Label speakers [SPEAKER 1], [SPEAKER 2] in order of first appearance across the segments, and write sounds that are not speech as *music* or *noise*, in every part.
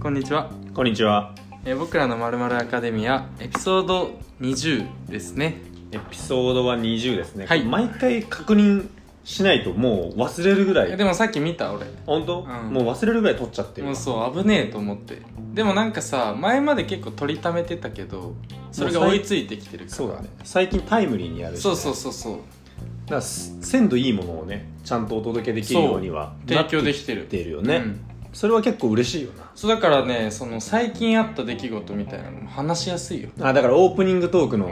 [SPEAKER 1] こんにちは、
[SPEAKER 2] こんにちは。
[SPEAKER 1] えー僕らのまるまるアカデミアエピソード20ですね
[SPEAKER 2] エピソードは20ですね。
[SPEAKER 1] はい
[SPEAKER 2] 毎回確認しないともう忘れるぐら
[SPEAKER 1] え
[SPEAKER 2] い。
[SPEAKER 1] でもさっき見た俺
[SPEAKER 2] 本当、
[SPEAKER 1] うん
[SPEAKER 2] もう忘れるぐらい撮っちゃってる。
[SPEAKER 1] もうそう危ねえと思ってでもなんかさ前まで結構取りためてたけどそれが
[SPEAKER 2] もう
[SPEAKER 1] 追
[SPEAKER 2] 最
[SPEAKER 1] いついてきてるから
[SPEAKER 2] そうだね。最近タイムリーにやるし、ね。
[SPEAKER 1] そうそうそうそう
[SPEAKER 2] だからす鮮度いいものをね、ちゃんとお届けできるようには
[SPEAKER 1] 提供できてる
[SPEAKER 2] なってきてるよね、
[SPEAKER 1] うん
[SPEAKER 2] それは結構嬉しいよな。
[SPEAKER 1] そうだからねその最近あった出来事みたいなのも話しやすいよ
[SPEAKER 2] あ、だからオープニングトークの、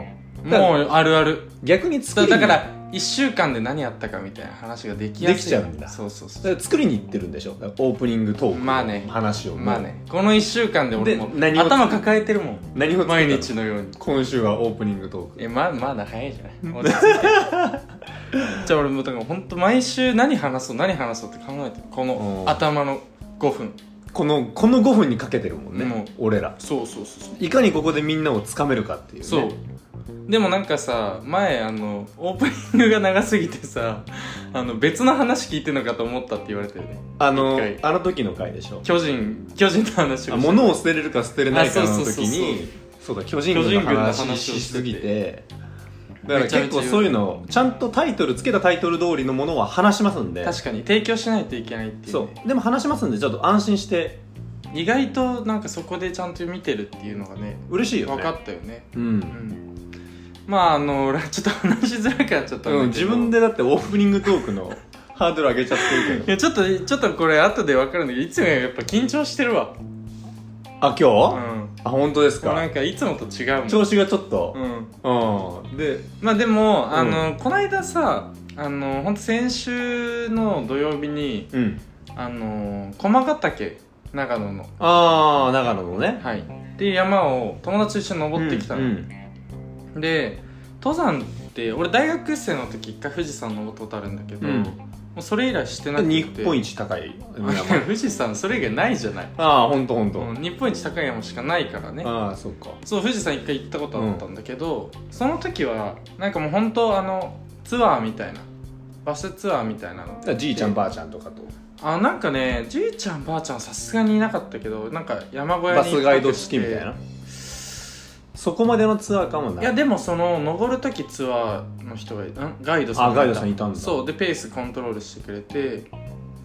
[SPEAKER 2] だから
[SPEAKER 1] もうあるある
[SPEAKER 2] 逆に
[SPEAKER 1] そ
[SPEAKER 2] 作
[SPEAKER 1] う
[SPEAKER 2] り
[SPEAKER 1] だ
[SPEAKER 2] に
[SPEAKER 1] から1週間で何あったかみたいな話ができやすい
[SPEAKER 2] できちゃうんだ
[SPEAKER 1] そうそうそ
[SPEAKER 2] だから作りに行ってるんでしょ。だからオープニングトーク
[SPEAKER 1] まあね
[SPEAKER 2] の話を
[SPEAKER 1] う
[SPEAKER 2] もう、
[SPEAKER 1] まあねこの1週間で俺も
[SPEAKER 2] で何を
[SPEAKER 1] 頭抱えてるもん
[SPEAKER 2] 何を作ったの
[SPEAKER 1] *laughs* 毎日のように
[SPEAKER 2] 今週はオープニングトーク。
[SPEAKER 1] えままだ早いじゃない落ち着いてじゃあ俺もうだから本当毎週何話そう何話そうって考えてるこの
[SPEAKER 2] おー
[SPEAKER 1] 頭の5分
[SPEAKER 2] この、この5分にかけてるもんね。
[SPEAKER 1] もう
[SPEAKER 2] 俺ら。
[SPEAKER 1] そうそうそうそう
[SPEAKER 2] いかにここでみんなをつかめるかっていう、ね、
[SPEAKER 1] そうでもなんかさ前あのオープニングが長すぎてさ *laughs* あの別の話聞いてんのかと思ったって言われたよね
[SPEAKER 2] あの
[SPEAKER 1] 一回
[SPEAKER 2] あの時の回でしょ
[SPEAKER 1] 巨人巨人の話を
[SPEAKER 2] あ
[SPEAKER 1] して
[SPEAKER 2] 物を捨てれるか捨てれないか
[SPEAKER 1] あ
[SPEAKER 2] の
[SPEAKER 1] そうそうそう
[SPEAKER 2] 時にそうだ巨人
[SPEAKER 1] 巨人
[SPEAKER 2] 軍
[SPEAKER 1] 軍
[SPEAKER 2] の
[SPEAKER 1] の話
[SPEAKER 2] 話しすぎ
[SPEAKER 1] をして
[SPEAKER 2] てだから
[SPEAKER 1] めちゃめ
[SPEAKER 2] 結
[SPEAKER 1] ちゃ
[SPEAKER 2] 構そういうのちゃんとタイトルつけたタイトル通りのものは話しますんで
[SPEAKER 1] 確かに提供しないといけないっていうね、
[SPEAKER 2] そうでも話しますんでちょっと安心して
[SPEAKER 1] 意外となんかそこでちゃんと見てるっていうのがね
[SPEAKER 2] 嬉しいよね
[SPEAKER 1] 分かったよね
[SPEAKER 2] う、
[SPEAKER 1] うんんまああの俺はちょっと話しづらくなっちゃったんだけど、
[SPEAKER 2] うん、自分でだってオープニングトークのハードル上げちゃってる
[SPEAKER 1] *laughs* い
[SPEAKER 2] けど
[SPEAKER 1] やちょっとちょっとこれ後で分かるんだけどいつもよりやっぱ緊張してるわ
[SPEAKER 2] あ今日、
[SPEAKER 1] うん
[SPEAKER 2] あ本当です
[SPEAKER 1] もうな
[SPEAKER 2] か
[SPEAKER 1] んかいつもと違うもん
[SPEAKER 2] 調子がちょっと
[SPEAKER 1] うん
[SPEAKER 2] うんで
[SPEAKER 1] まあでもあの、こないださあの本当先週の土曜日に
[SPEAKER 2] うん
[SPEAKER 1] あの駒ヶ岳長野の
[SPEAKER 2] ああ長野のね
[SPEAKER 1] はいっていう山を友達と一緒に登ってきたの、
[SPEAKER 2] うんうん
[SPEAKER 1] で登山って俺大学生の時一回富士山登ったことあるんだけど、
[SPEAKER 2] うん
[SPEAKER 1] もうそれ以来してなくて
[SPEAKER 2] 日本一高い
[SPEAKER 1] 富士山それ以外ないじゃない、
[SPEAKER 2] ああほんとほんと、
[SPEAKER 1] うん日本一高い山しかないからね
[SPEAKER 2] ああそうか
[SPEAKER 1] そう富士山一回行ったことあったんだけど、その時はなんかもう本当あのツアーみたいなバスツアーみたいなの
[SPEAKER 2] じいちゃんばあちゃんとかと
[SPEAKER 1] あなんかねじいちゃんばあちゃんさすがにいなかったけどなんか山小屋に
[SPEAKER 2] バスガイド付きみたいなそこまでのツアーかもない
[SPEAKER 1] いやでもその登る時ツアーの人がんガイドさん
[SPEAKER 2] あガイドさんいたんだ
[SPEAKER 1] そうでペースコントロールしてくれて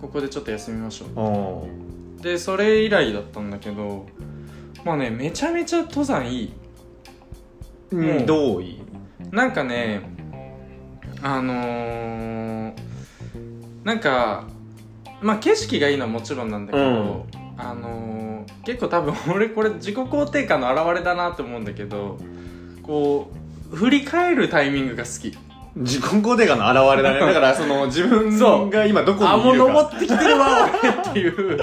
[SPEAKER 1] ここでちょっと休みましょ
[SPEAKER 2] あー
[SPEAKER 1] うでそれ以来だったんだけどまあねめちゃめちゃ登山いい
[SPEAKER 2] う
[SPEAKER 1] うん
[SPEAKER 2] どういい
[SPEAKER 1] なんかねあのー、なんかまあ景色がいいのはもちろんなんだけど、あのー、結構多分 *laughs* 俺これ自己肯定感の表れだなと思うんだけどこう振り返るタイミングが好き
[SPEAKER 2] 自己肯定感の表
[SPEAKER 1] *laughs*
[SPEAKER 2] れだねだからその自分が今どこ
[SPEAKER 1] あ
[SPEAKER 2] に
[SPEAKER 1] も
[SPEAKER 2] いうる
[SPEAKER 1] 登
[SPEAKER 2] か
[SPEAKER 1] ってきてるわ俺っていう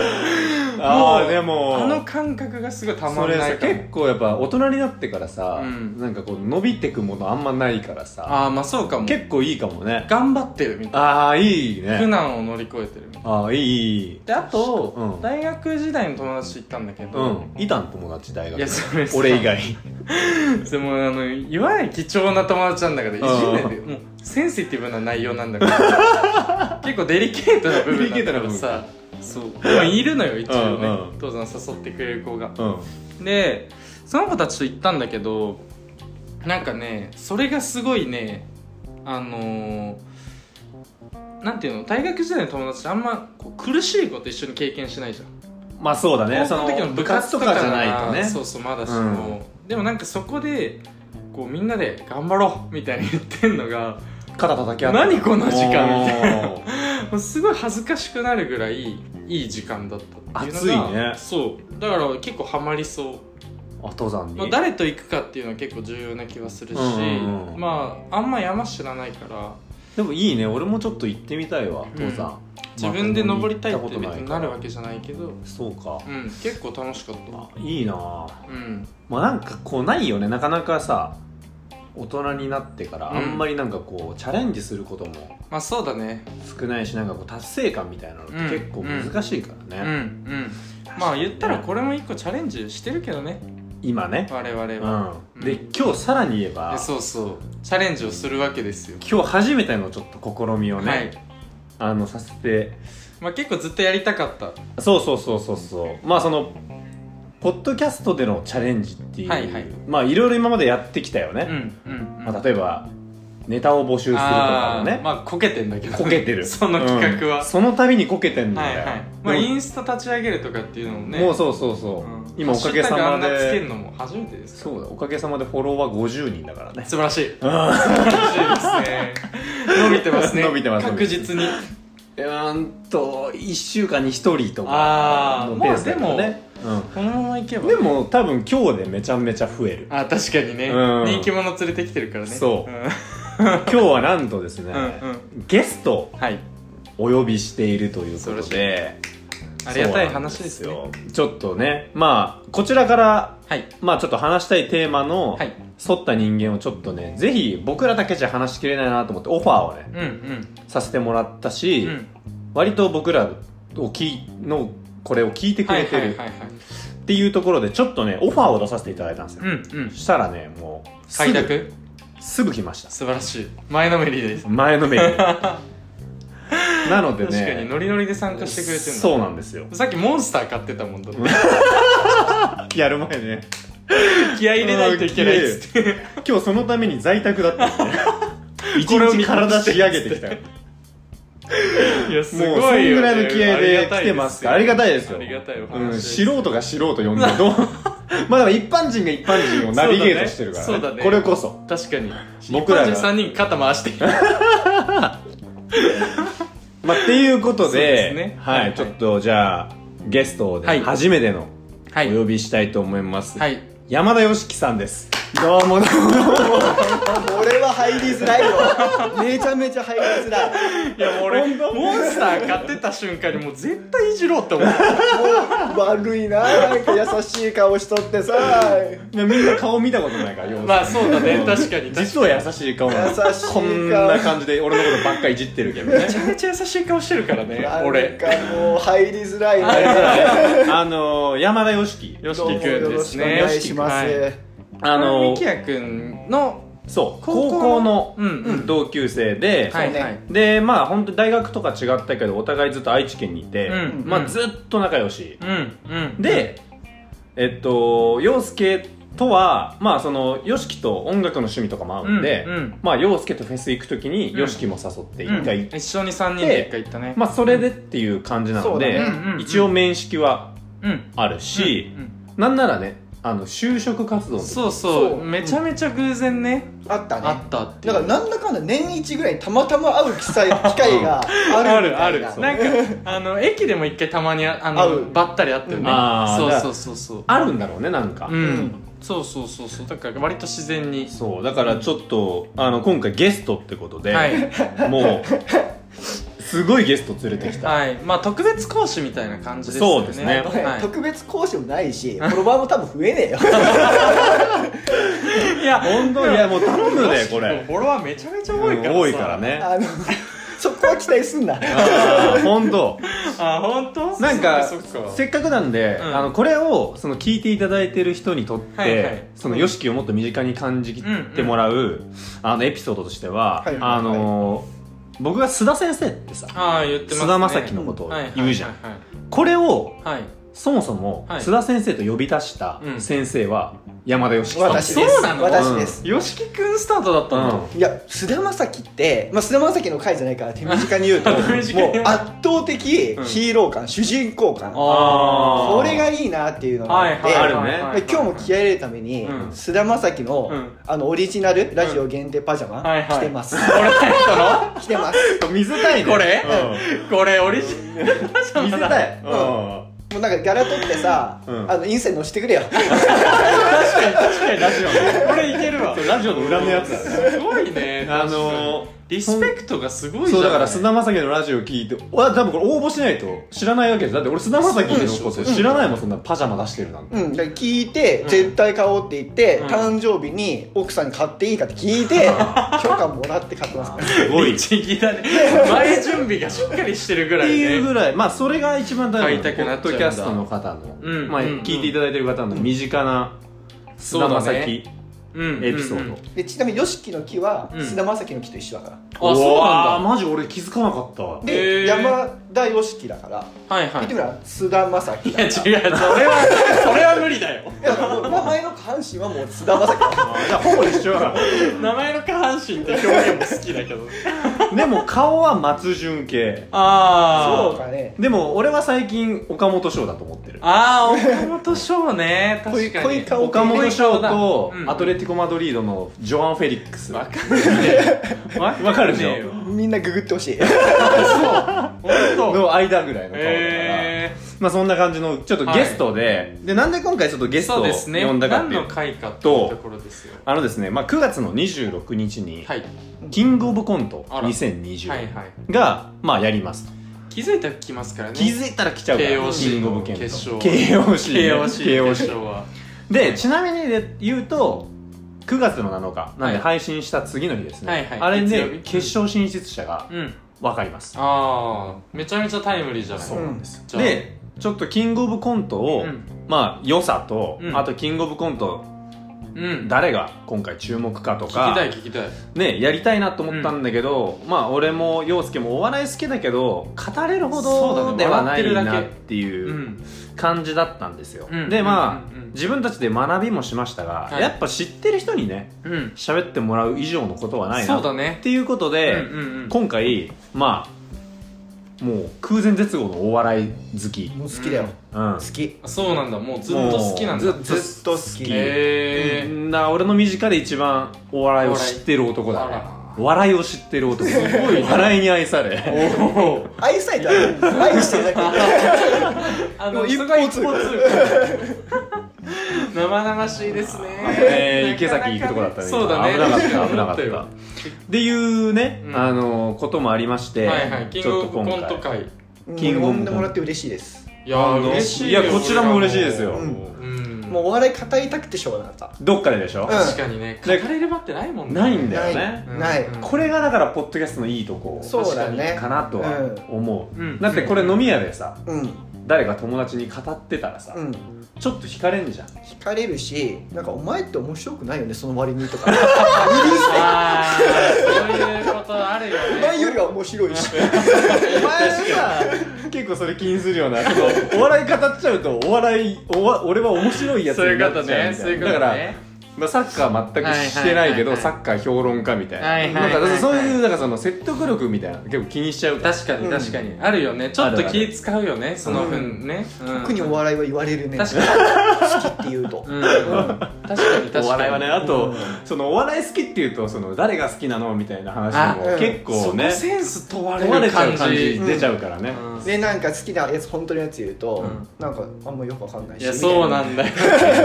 [SPEAKER 2] あ
[SPEAKER 1] もう
[SPEAKER 2] *laughs* あでも
[SPEAKER 1] あの感覚がすごいたま
[SPEAKER 2] そ
[SPEAKER 1] ん
[SPEAKER 2] れ
[SPEAKER 1] な
[SPEAKER 2] さ
[SPEAKER 1] いかも
[SPEAKER 2] 結構やっぱ大人になってからさ、
[SPEAKER 1] うん
[SPEAKER 2] なんかこう伸びてくものあんまないからさ
[SPEAKER 1] ああまあそうかも
[SPEAKER 2] 結構いいかもね
[SPEAKER 1] 頑張ってるみたい
[SPEAKER 2] ああいい
[SPEAKER 1] な苦
[SPEAKER 2] ね
[SPEAKER 1] 難を乗り越えてるみたいな
[SPEAKER 2] ああいいいい
[SPEAKER 1] であと、
[SPEAKER 2] うん
[SPEAKER 1] 大学時代の友達と行ったんだけど、
[SPEAKER 2] うんいたん友達大学
[SPEAKER 1] いやそれさ
[SPEAKER 2] 俺以外
[SPEAKER 1] でもあのいわゆる貴重な友達なんだけどいじんないでもうセンシティブな内容なんだけ
[SPEAKER 2] *laughs*
[SPEAKER 1] ど結構デリケートな部分なんだけどさそうでもいるのよ一応ね、
[SPEAKER 2] うんうん
[SPEAKER 1] 父さん誘ってくれる子が
[SPEAKER 2] うん
[SPEAKER 1] でその子たちと行ったんだけどなんかねそれがすごいねあのー、なんていうの大学時代の友達ってあんまこう苦しいこと一緒に経験しないじゃん
[SPEAKER 2] まあそうだねそ
[SPEAKER 1] 高校
[SPEAKER 2] の
[SPEAKER 1] 時
[SPEAKER 2] 部活とかじゃないとね
[SPEAKER 1] そうそうまだし
[SPEAKER 2] うん
[SPEAKER 1] も、でもなんかそこでこうみんなで頑張ろうみたいに言ってんのが
[SPEAKER 2] 肩叩き合って
[SPEAKER 1] 何この時間みたい
[SPEAKER 2] な
[SPEAKER 1] もうすごい恥ずかしくなるぐらいいい時間だったっていうのが
[SPEAKER 2] 熱いね
[SPEAKER 1] そうだから結構ハマりそう
[SPEAKER 2] あ登山に、
[SPEAKER 1] まあ、誰と行くかっていうのは結構重要な気はするし、
[SPEAKER 2] うんうんうん
[SPEAKER 1] まああんま山知らないから
[SPEAKER 2] でもいいね俺もちょっと行ってみたいわ
[SPEAKER 1] ん
[SPEAKER 2] 登山、
[SPEAKER 1] 自分で登りたいって
[SPEAKER 2] まあ
[SPEAKER 1] 別になるわけじゃないけど、
[SPEAKER 2] そうか、
[SPEAKER 1] うん結構楽しかっ
[SPEAKER 2] あ
[SPEAKER 1] た
[SPEAKER 2] いいなあ
[SPEAKER 1] うん
[SPEAKER 2] まあなんかこうないよねなかなかさ大人になってから
[SPEAKER 1] うん
[SPEAKER 2] あんまりなんかこうチャレンジすることも
[SPEAKER 1] まあそうだね
[SPEAKER 2] 少ないしなんかこう達成感みたいなのって
[SPEAKER 1] うん
[SPEAKER 2] 結構難しいか
[SPEAKER 1] う
[SPEAKER 2] ら
[SPEAKER 1] んう
[SPEAKER 2] ね、
[SPEAKER 1] んまあ言ったらこれも一個チャレンジしてるけどね
[SPEAKER 2] 今ね、
[SPEAKER 1] 我々
[SPEAKER 2] う
[SPEAKER 1] は、
[SPEAKER 2] ん
[SPEAKER 1] うん
[SPEAKER 2] で今日さらに言えば
[SPEAKER 1] えそうそうチャレンジをするわけですよ、
[SPEAKER 2] 今日初めてのちょっと試みをね、
[SPEAKER 1] はい、
[SPEAKER 2] あのさせて
[SPEAKER 1] まあ、結構ずっとやりたかった
[SPEAKER 2] そうそうそうそうそうまあそのポッドキャストでのチャレンジっていう、
[SPEAKER 1] はいはい
[SPEAKER 2] まあいろいろ今までやってきたよね、
[SPEAKER 1] うんうん、うん
[SPEAKER 2] まあ、例えばネタを募集するとかも
[SPEAKER 1] あ
[SPEAKER 2] ね
[SPEAKER 1] ーまあこけてんだけど
[SPEAKER 2] こけて
[SPEAKER 1] *laughs*
[SPEAKER 2] る
[SPEAKER 1] その企画は、
[SPEAKER 2] うんその度にこけてんだ
[SPEAKER 1] はい
[SPEAKER 2] よ、
[SPEAKER 1] はいまあ
[SPEAKER 2] でも
[SPEAKER 1] インスタ立ち上げるとかっていうのもね
[SPEAKER 2] もうそうそうそう、
[SPEAKER 1] うん
[SPEAKER 2] 今おかげ
[SPEAKER 1] ハッシュタ
[SPEAKER 2] さま
[SPEAKER 1] グあんなつける
[SPEAKER 2] で
[SPEAKER 1] のも初めてですか
[SPEAKER 2] そうだおかげさまでフォロワー50人だからね
[SPEAKER 1] 素晴らしい
[SPEAKER 2] うん
[SPEAKER 1] 素晴らしいですね伸びてますね
[SPEAKER 2] *laughs* 伸びてます
[SPEAKER 1] 確実に
[SPEAKER 2] うーんと1週間に1人とか
[SPEAKER 1] あー
[SPEAKER 2] のペースだけどね、
[SPEAKER 1] このままいけ
[SPEAKER 2] うん
[SPEAKER 1] ば
[SPEAKER 2] でも多分今日でめちゃめちゃ増える
[SPEAKER 1] あ確かにね、
[SPEAKER 2] うん
[SPEAKER 1] 人気者連れてきてるからね
[SPEAKER 2] そうん今日はなんとですね、
[SPEAKER 1] うんうん
[SPEAKER 2] ゲストを
[SPEAKER 1] はい
[SPEAKER 2] お呼びしているということ
[SPEAKER 1] 恐ろ
[SPEAKER 2] で
[SPEAKER 1] ありがたい話です
[SPEAKER 2] そう
[SPEAKER 1] よ
[SPEAKER 2] なんですよちょっとねまあこちらから
[SPEAKER 1] はい
[SPEAKER 2] まあちょっと話したいテーマの、
[SPEAKER 1] はい
[SPEAKER 2] 沿った人間をちょっとねぜひ僕らだけじゃ話しきれないなと思ってオファーをね
[SPEAKER 1] うんうん
[SPEAKER 2] させてもらったし、
[SPEAKER 1] うん
[SPEAKER 2] 割と僕らをきのこれを聞いてく
[SPEAKER 1] はい
[SPEAKER 2] れ
[SPEAKER 1] は
[SPEAKER 2] て
[SPEAKER 1] い
[SPEAKER 2] る
[SPEAKER 1] はいはい
[SPEAKER 2] っていうところでちょっとねオファーを出させていただいたんですよ、
[SPEAKER 1] うんうん
[SPEAKER 2] そしたらねもうす
[SPEAKER 1] 快
[SPEAKER 2] ぐ
[SPEAKER 1] 諾
[SPEAKER 2] すぐ来ました
[SPEAKER 1] 素晴らしい前のめりです
[SPEAKER 2] 前のめりに *laughs* なのでね
[SPEAKER 1] 確かにノリノリで参加してくれてるの
[SPEAKER 2] そうなんですよ
[SPEAKER 1] さっきモンスター買ってたもんだって
[SPEAKER 2] やる前ね
[SPEAKER 1] *laughs* 気合い入れないといけないっつ *laughs* って
[SPEAKER 2] 今日そのために在宅だったんで *laughs* 一
[SPEAKER 1] これを
[SPEAKER 2] 日
[SPEAKER 1] 見
[SPEAKER 2] 体仕上げてきたよ
[SPEAKER 1] いやす
[SPEAKER 2] もう
[SPEAKER 1] ごいよ、ね、
[SPEAKER 2] そんぐらいの気合で来てますからありがたいですよ
[SPEAKER 1] ありがたいお話
[SPEAKER 2] うん、
[SPEAKER 1] です
[SPEAKER 2] 素人が素人呼 *laughs* んでどうまあでも一般人が一般人をナビゲートしてるから、
[SPEAKER 1] そうだねそうだね
[SPEAKER 2] これこそ
[SPEAKER 1] 確かに
[SPEAKER 2] 僕らが
[SPEAKER 1] 一般人3人肩回して *laughs*
[SPEAKER 2] まあっていうこと
[SPEAKER 1] そう
[SPEAKER 2] で
[SPEAKER 1] ですね
[SPEAKER 2] はい
[SPEAKER 1] はいはい
[SPEAKER 2] ちょっとじゃあゲストをね、
[SPEAKER 1] はい
[SPEAKER 2] 初めての
[SPEAKER 1] は
[SPEAKER 2] お呼びしたいと思います、
[SPEAKER 1] はい
[SPEAKER 2] 山田芳樹さんですどうもどうも
[SPEAKER 3] 俺は入りづらいよめちゃめちゃ入りづらい
[SPEAKER 1] いやもう俺モンスター買ってた瞬間にもう絶対いじろうって思う
[SPEAKER 3] もう悪いななんか優しい顔しとってさ
[SPEAKER 2] いやみんな顔見たことないからよ
[SPEAKER 1] まあそうだね確かに確かに
[SPEAKER 2] 実は優しい顔なの
[SPEAKER 3] 優しい顔
[SPEAKER 2] こんな感じで俺のことばっかいじってるけど
[SPEAKER 3] *laughs*
[SPEAKER 2] ね
[SPEAKER 1] めちゃめちゃ優しい顔してるからね
[SPEAKER 3] なん
[SPEAKER 1] 俺
[SPEAKER 3] かもう入りづらいね
[SPEAKER 2] あのー、山田芳樹
[SPEAKER 1] よし
[SPEAKER 3] どうも
[SPEAKER 1] きくん
[SPEAKER 3] よ
[SPEAKER 1] で
[SPEAKER 3] ろし
[SPEAKER 1] す
[SPEAKER 3] くお
[SPEAKER 1] ね
[SPEAKER 3] 願いします、
[SPEAKER 1] はい
[SPEAKER 2] あの
[SPEAKER 1] の
[SPEAKER 2] ー
[SPEAKER 1] きやくんの
[SPEAKER 2] そう
[SPEAKER 1] 高
[SPEAKER 2] 高
[SPEAKER 1] 校
[SPEAKER 2] 校の
[SPEAKER 1] うんうん
[SPEAKER 2] 同級生で、
[SPEAKER 1] はい
[SPEAKER 3] そうね
[SPEAKER 1] はい
[SPEAKER 2] でまあ本当に大学とか違ったけどお互いずっと愛知県にいて、
[SPEAKER 1] うん
[SPEAKER 2] ま
[SPEAKER 1] う
[SPEAKER 2] あ、
[SPEAKER 1] ん
[SPEAKER 2] ずっと仲良し、
[SPEAKER 1] うんうん
[SPEAKER 2] でえっと陽介とはまあその YOSHIKI と音楽の趣味とかも合うんで、
[SPEAKER 1] うんうん
[SPEAKER 2] まあ陽介とフェス行く時に
[SPEAKER 1] うん
[SPEAKER 2] YOSHIKI も誘って
[SPEAKER 1] うん
[SPEAKER 2] 一回行って、
[SPEAKER 1] 一緒に3人で1回行ったね
[SPEAKER 2] まあそれでっていう感じなので、
[SPEAKER 3] そうだ
[SPEAKER 1] ねうんうん
[SPEAKER 2] 一応面識は
[SPEAKER 1] うん
[SPEAKER 2] あるし、
[SPEAKER 1] うん
[SPEAKER 2] なんならねあの就職活動の時
[SPEAKER 1] そうそ
[SPEAKER 3] そうう
[SPEAKER 1] めちゃめちゃ偶然ね
[SPEAKER 3] あったね
[SPEAKER 1] あったってい
[SPEAKER 3] だ
[SPEAKER 1] う
[SPEAKER 3] からなんだかんだ年一ぐらいにたまたま会う機会機会がある
[SPEAKER 1] あ
[SPEAKER 3] み
[SPEAKER 1] る
[SPEAKER 3] た
[SPEAKER 1] あ
[SPEAKER 3] い
[SPEAKER 1] る
[SPEAKER 3] な
[SPEAKER 1] なんかあの駅でも一回たまにああ
[SPEAKER 3] 会
[SPEAKER 1] の
[SPEAKER 3] う
[SPEAKER 1] ばったりあったよ
[SPEAKER 3] う
[SPEAKER 1] ね
[SPEAKER 3] ん
[SPEAKER 2] あー
[SPEAKER 1] そう
[SPEAKER 2] だ
[SPEAKER 1] そうそうそう
[SPEAKER 2] あるんだろうねなんか、
[SPEAKER 1] うんそうそうそうそうだから割と自然に
[SPEAKER 2] そうだからちょっとあの今回ゲストってことで、
[SPEAKER 1] はい
[SPEAKER 2] もうすごいゲスト連れてきた、
[SPEAKER 1] はいまあ特別講師みたいな感じです
[SPEAKER 2] そうですね
[SPEAKER 1] は
[SPEAKER 3] 特別講師もないしフォロワーも多分増えねえよ
[SPEAKER 1] いいや
[SPEAKER 2] 本当にいやもう頼むでこれ
[SPEAKER 1] フォロワーめちゃめちゃ多いからさ
[SPEAKER 2] 多いからね
[SPEAKER 3] あのそこは期待すんな
[SPEAKER 2] あー本当
[SPEAKER 1] あ本当
[SPEAKER 2] なんか
[SPEAKER 1] そっそっ
[SPEAKER 2] せっかくなんで、
[SPEAKER 1] うん
[SPEAKER 2] あのこれをその聞いていただいてる人にとっ
[SPEAKER 1] はいはい
[SPEAKER 2] て、その YOSHIKI をもっと身近に感じてもらう、あのエピソードとしては、
[SPEAKER 3] はい
[SPEAKER 2] あの僕が須田先生ってさ
[SPEAKER 1] ああ言ってますね
[SPEAKER 2] 菅田将暉のことを
[SPEAKER 1] はいはい
[SPEAKER 2] 言うじゃん
[SPEAKER 1] はい
[SPEAKER 2] これを
[SPEAKER 1] はいはい
[SPEAKER 2] そもそも
[SPEAKER 1] はい
[SPEAKER 2] 須田先生と呼び出した
[SPEAKER 1] うん
[SPEAKER 2] 先生は山田義樹さん
[SPEAKER 3] 私です
[SPEAKER 1] そうなの
[SPEAKER 3] 私です、
[SPEAKER 1] 吉木くんスタートだったんだ
[SPEAKER 2] う
[SPEAKER 3] いや菅田将暉って、まあ、菅田将暉の回じゃないから手短に言うと
[SPEAKER 1] あ
[SPEAKER 3] もう
[SPEAKER 1] *laughs* 手
[SPEAKER 3] 圧
[SPEAKER 1] 短に言う
[SPEAKER 3] 倒的ヒ
[SPEAKER 1] うん
[SPEAKER 3] ーロー感、主人公感こ
[SPEAKER 2] あー
[SPEAKER 3] れがいいなっていうのがあって、
[SPEAKER 2] はいはいはい
[SPEAKER 3] で
[SPEAKER 2] は
[SPEAKER 3] 今日も気合い入れるために
[SPEAKER 1] うん
[SPEAKER 3] 菅、田将暉の,、
[SPEAKER 1] うん
[SPEAKER 3] あのオリジナルラジオ限定パジャマ、
[SPEAKER 1] んはいはい
[SPEAKER 3] 着てます、
[SPEAKER 1] 俺入っ
[SPEAKER 3] *laughs* 着てます
[SPEAKER 2] 水たいね
[SPEAKER 1] これたのこれオリジナル
[SPEAKER 2] うん、水たい、
[SPEAKER 3] うんもうなんかギャラ取ってさ、
[SPEAKER 2] うん
[SPEAKER 3] あのインスタに載せてくれよ
[SPEAKER 1] 確かに確かにラジオこれいけるわ
[SPEAKER 2] ラジオの裏のやつだ
[SPEAKER 1] すごいね
[SPEAKER 2] あのー
[SPEAKER 1] リスペクトがすごいじゃ
[SPEAKER 2] そ
[SPEAKER 1] ん
[SPEAKER 2] うだから菅田将暉のラジオ聞いて俺多分これ応募しないと知らないわけですだって俺菅田将暉のこと知らないもんそんなパジャマ出してるなんて、
[SPEAKER 3] うん、だから聞いて、
[SPEAKER 1] うん
[SPEAKER 3] 絶対買おうって言って、
[SPEAKER 1] うん
[SPEAKER 3] 誕生日に奥さんに買っていいかって聞いて許可もらって買ってます
[SPEAKER 1] *laughs*
[SPEAKER 3] から
[SPEAKER 2] すごいっ
[SPEAKER 1] 一撃だね前準備がしっかりしてるぐら
[SPEAKER 2] て
[SPEAKER 1] いね
[SPEAKER 2] いうぐらいまあそれが一番大事
[SPEAKER 1] 買いたくなっちゃうんだ
[SPEAKER 2] ポッドキャストの方の、
[SPEAKER 1] うん
[SPEAKER 2] まあ、
[SPEAKER 1] うん
[SPEAKER 2] 聞いていただいてる方の身近な菅田将暉
[SPEAKER 1] うん
[SPEAKER 2] エピソード、
[SPEAKER 1] うんうん
[SPEAKER 3] でちなみに YOSHIKI の木は
[SPEAKER 1] うん
[SPEAKER 3] 菅田将暉の木と一緒だから、
[SPEAKER 1] あそう
[SPEAKER 2] わ
[SPEAKER 1] な
[SPEAKER 2] ー
[SPEAKER 1] ん
[SPEAKER 2] マジ俺気づかなかったわ
[SPEAKER 1] へ
[SPEAKER 3] で
[SPEAKER 1] ー
[SPEAKER 3] 山田 YOSHIKI だから、
[SPEAKER 1] だはいはい
[SPEAKER 3] 言ってみれば菅田将暉
[SPEAKER 1] *laughs* いや違
[SPEAKER 3] だ
[SPEAKER 1] うそ
[SPEAKER 3] か
[SPEAKER 1] れはそれは無理だよ
[SPEAKER 3] らいやもう名前の関心はもう菅田将暉だから
[SPEAKER 2] じゃあほぼ一緒だ
[SPEAKER 1] 名前の下半身って表現も好きだけど
[SPEAKER 2] でも顔は松潤系
[SPEAKER 1] ああ
[SPEAKER 3] そうかね
[SPEAKER 2] でも俺は最近岡本翔だと思ってる
[SPEAKER 1] ああ岡本翔ね確か
[SPEAKER 3] こい
[SPEAKER 1] に
[SPEAKER 3] こい
[SPEAKER 2] 岡本翔と
[SPEAKER 1] うん
[SPEAKER 2] アトレティコ・マドリードのジョアン・フェリックス
[SPEAKER 1] わかんねえよ
[SPEAKER 2] わかるでしょ
[SPEAKER 1] わねえよ
[SPEAKER 3] みんなググってほしい
[SPEAKER 2] の間ぐらいの顔だから、
[SPEAKER 1] えー
[SPEAKER 2] まあそんな感じのちょっとゲストで、でなんで今回ちょっとゲスト
[SPEAKER 1] そう
[SPEAKER 2] を
[SPEAKER 1] ですね
[SPEAKER 2] 呼んだかっ
[SPEAKER 1] 何
[SPEAKER 2] ていう
[SPEAKER 1] の回かっていうところですよ
[SPEAKER 2] あのですね、まあ、9月の26日に、
[SPEAKER 1] はい
[SPEAKER 2] キングオブコント
[SPEAKER 1] あら
[SPEAKER 2] 2020が、
[SPEAKER 1] はいはい
[SPEAKER 2] まあやりますと
[SPEAKER 1] 気づいたら来ますからね
[SPEAKER 2] 気づいたら来ちゃうから
[SPEAKER 1] KOC
[SPEAKER 2] キングオブケント
[SPEAKER 1] 決勝
[SPEAKER 2] KOC ね
[SPEAKER 1] KOC
[SPEAKER 2] KOC
[SPEAKER 1] *laughs* 決勝は
[SPEAKER 2] でちなみにで言うと9月の7日な
[SPEAKER 1] は
[SPEAKER 2] んで
[SPEAKER 1] い
[SPEAKER 2] 配信した次の日ですね、
[SPEAKER 1] はいはい
[SPEAKER 2] あれ
[SPEAKER 1] 月曜
[SPEAKER 2] で
[SPEAKER 1] 日
[SPEAKER 2] 決勝進出者が
[SPEAKER 1] うん
[SPEAKER 2] 分かります、
[SPEAKER 1] ああめちゃめちゃタイムリーじゃない
[SPEAKER 2] そうなんです、
[SPEAKER 1] うん
[SPEAKER 2] でちょっとキングオブコントを、
[SPEAKER 1] うん
[SPEAKER 2] まあ良さと、
[SPEAKER 1] うん
[SPEAKER 2] あとキングオブコント
[SPEAKER 1] うん
[SPEAKER 2] 誰が今回注目かと
[SPEAKER 1] 聞きた
[SPEAKER 2] か
[SPEAKER 1] い聞きたい
[SPEAKER 2] ねやりたいなと思ったんだけど、まあ俺も陽介もお笑い好きだけど語れるほ
[SPEAKER 1] そうだ
[SPEAKER 2] ど
[SPEAKER 1] ね
[SPEAKER 2] ではな
[SPEAKER 1] 笑って
[SPEAKER 2] い
[SPEAKER 1] るだけ
[SPEAKER 2] なって
[SPEAKER 1] う
[SPEAKER 2] いうん感じだったんですよ、
[SPEAKER 1] うん
[SPEAKER 2] でまあ、
[SPEAKER 1] うんうんうん
[SPEAKER 2] 自分たちで学びもしましたが、
[SPEAKER 1] はい
[SPEAKER 2] やっぱ知ってる人にね
[SPEAKER 1] うん
[SPEAKER 2] 喋ってもらう以上のことはないな
[SPEAKER 1] そう
[SPEAKER 2] っ
[SPEAKER 1] だね
[SPEAKER 2] ていうことで、
[SPEAKER 1] うんうんうん
[SPEAKER 2] 今回まあもう空前絶後のお笑い好き、
[SPEAKER 3] もう好きだよ、
[SPEAKER 2] うん
[SPEAKER 3] 好、き
[SPEAKER 1] あそうなんだもうずっと好きなんだ
[SPEAKER 2] もうず
[SPEAKER 3] ずっと好き
[SPEAKER 1] へえ
[SPEAKER 2] な俺の身近で一番お笑いを知ってる男だ
[SPEAKER 1] お
[SPEAKER 2] ね
[SPEAKER 1] 笑い
[SPEAKER 2] 笑いを知ってる男すごい笑いに愛され
[SPEAKER 1] おお
[SPEAKER 3] 愛されたら愛してるだ
[SPEAKER 1] *laughs*
[SPEAKER 3] け
[SPEAKER 1] あ
[SPEAKER 3] も
[SPEAKER 1] の
[SPEAKER 3] う一
[SPEAKER 1] すごい
[SPEAKER 3] 方
[SPEAKER 1] 一
[SPEAKER 3] 通
[SPEAKER 1] 方
[SPEAKER 3] 行
[SPEAKER 1] 通行生々しいですね
[SPEAKER 2] えー池崎行くとこだったね
[SPEAKER 1] そうだね
[SPEAKER 2] 危な
[SPEAKER 1] *laughs*
[SPEAKER 2] かった
[SPEAKER 1] 確に
[SPEAKER 2] 危なかった
[SPEAKER 1] 思よ
[SPEAKER 2] っていうね、
[SPEAKER 1] うん
[SPEAKER 2] あのこともありまして、
[SPEAKER 1] はいはいキン
[SPEAKER 2] ち
[SPEAKER 1] グ
[SPEAKER 2] ょ
[SPEAKER 1] オ
[SPEAKER 2] っと
[SPEAKER 1] ブコ
[SPEAKER 2] 今
[SPEAKER 1] ン
[SPEAKER 2] 回
[SPEAKER 1] ト会
[SPEAKER 3] キ
[SPEAKER 2] キン
[SPEAKER 3] ン
[SPEAKER 2] グオブコント
[SPEAKER 3] んでもらって嬉しいです
[SPEAKER 1] いやー嬉しいよ
[SPEAKER 2] いやこちらも嬉しいですよ、
[SPEAKER 3] う
[SPEAKER 1] うん
[SPEAKER 3] もうお笑い語りたくてしょうがなかっ
[SPEAKER 2] どっかででしょ、
[SPEAKER 3] うん
[SPEAKER 1] 確かにね語
[SPEAKER 2] で
[SPEAKER 1] れる場ってないもんね
[SPEAKER 2] ないん
[SPEAKER 3] た
[SPEAKER 2] だよ
[SPEAKER 3] な
[SPEAKER 2] ね
[SPEAKER 3] いない、
[SPEAKER 1] うん
[SPEAKER 2] これがだからポッドキャストのいいとこ
[SPEAKER 3] そうだね
[SPEAKER 2] かなとは思う、
[SPEAKER 1] うん
[SPEAKER 2] だってこれ飲み屋でさ
[SPEAKER 3] うん
[SPEAKER 2] 誰か友達に語ってたらさ、
[SPEAKER 3] うん
[SPEAKER 2] ちょっと惹かれんじゃん
[SPEAKER 3] 惹かれるしなんかお前って面白くないよねその割にとか
[SPEAKER 1] *laughs* あーそういうことあるよ
[SPEAKER 3] お
[SPEAKER 1] ね
[SPEAKER 3] 前よりは面白いし
[SPEAKER 2] お前さ
[SPEAKER 1] *laughs*
[SPEAKER 2] 結構それ気にするよなちょっとお笑い語っちゃうとお笑いおわ俺は面白いやつ
[SPEAKER 1] そうい
[SPEAKER 2] に
[SPEAKER 1] う
[SPEAKER 2] な
[SPEAKER 1] こ
[SPEAKER 2] っ
[SPEAKER 1] と
[SPEAKER 2] ちゃうみたい
[SPEAKER 1] ね
[SPEAKER 2] な
[SPEAKER 1] そういうこ
[SPEAKER 2] だ
[SPEAKER 1] と
[SPEAKER 2] から、
[SPEAKER 1] ね
[SPEAKER 2] まあ、サッカー全くしてな
[SPEAKER 1] はいは
[SPEAKER 2] いけど、
[SPEAKER 1] いはいはい
[SPEAKER 2] サッカー評論家みたいな,、
[SPEAKER 1] はいはいはいはい
[SPEAKER 2] なんかそういうなんかその説得力みたいなの結構気にしちゃうから
[SPEAKER 1] 確か
[SPEAKER 3] う
[SPEAKER 1] に
[SPEAKER 3] ん
[SPEAKER 1] 確かにあるよねちょっ
[SPEAKER 2] あ
[SPEAKER 1] と
[SPEAKER 2] るある
[SPEAKER 1] 気使うよねその分ねうん
[SPEAKER 3] 特にお笑いは言われるね
[SPEAKER 1] 確
[SPEAKER 3] 好きって言うと
[SPEAKER 1] うん確かに確かに
[SPEAKER 2] お笑いはねあと、
[SPEAKER 3] うん
[SPEAKER 2] そのお笑い好きっていうとその誰が好きなのみたいな話も
[SPEAKER 3] あうん
[SPEAKER 2] 結構ね
[SPEAKER 1] センス問わ
[SPEAKER 2] 問わ
[SPEAKER 1] れ
[SPEAKER 2] れ
[SPEAKER 1] る
[SPEAKER 2] ちゃ
[SPEAKER 1] 感
[SPEAKER 2] う感じ
[SPEAKER 1] じ
[SPEAKER 2] 出ちゃうからね、
[SPEAKER 1] うん
[SPEAKER 3] でなんか好きなやつ本当のやつ言う
[SPEAKER 1] う
[SPEAKER 3] と、
[SPEAKER 1] ん
[SPEAKER 3] なんかあんまよくわかんないし
[SPEAKER 1] いやそう
[SPEAKER 3] みた
[SPEAKER 1] な
[SPEAKER 3] い
[SPEAKER 1] んだよ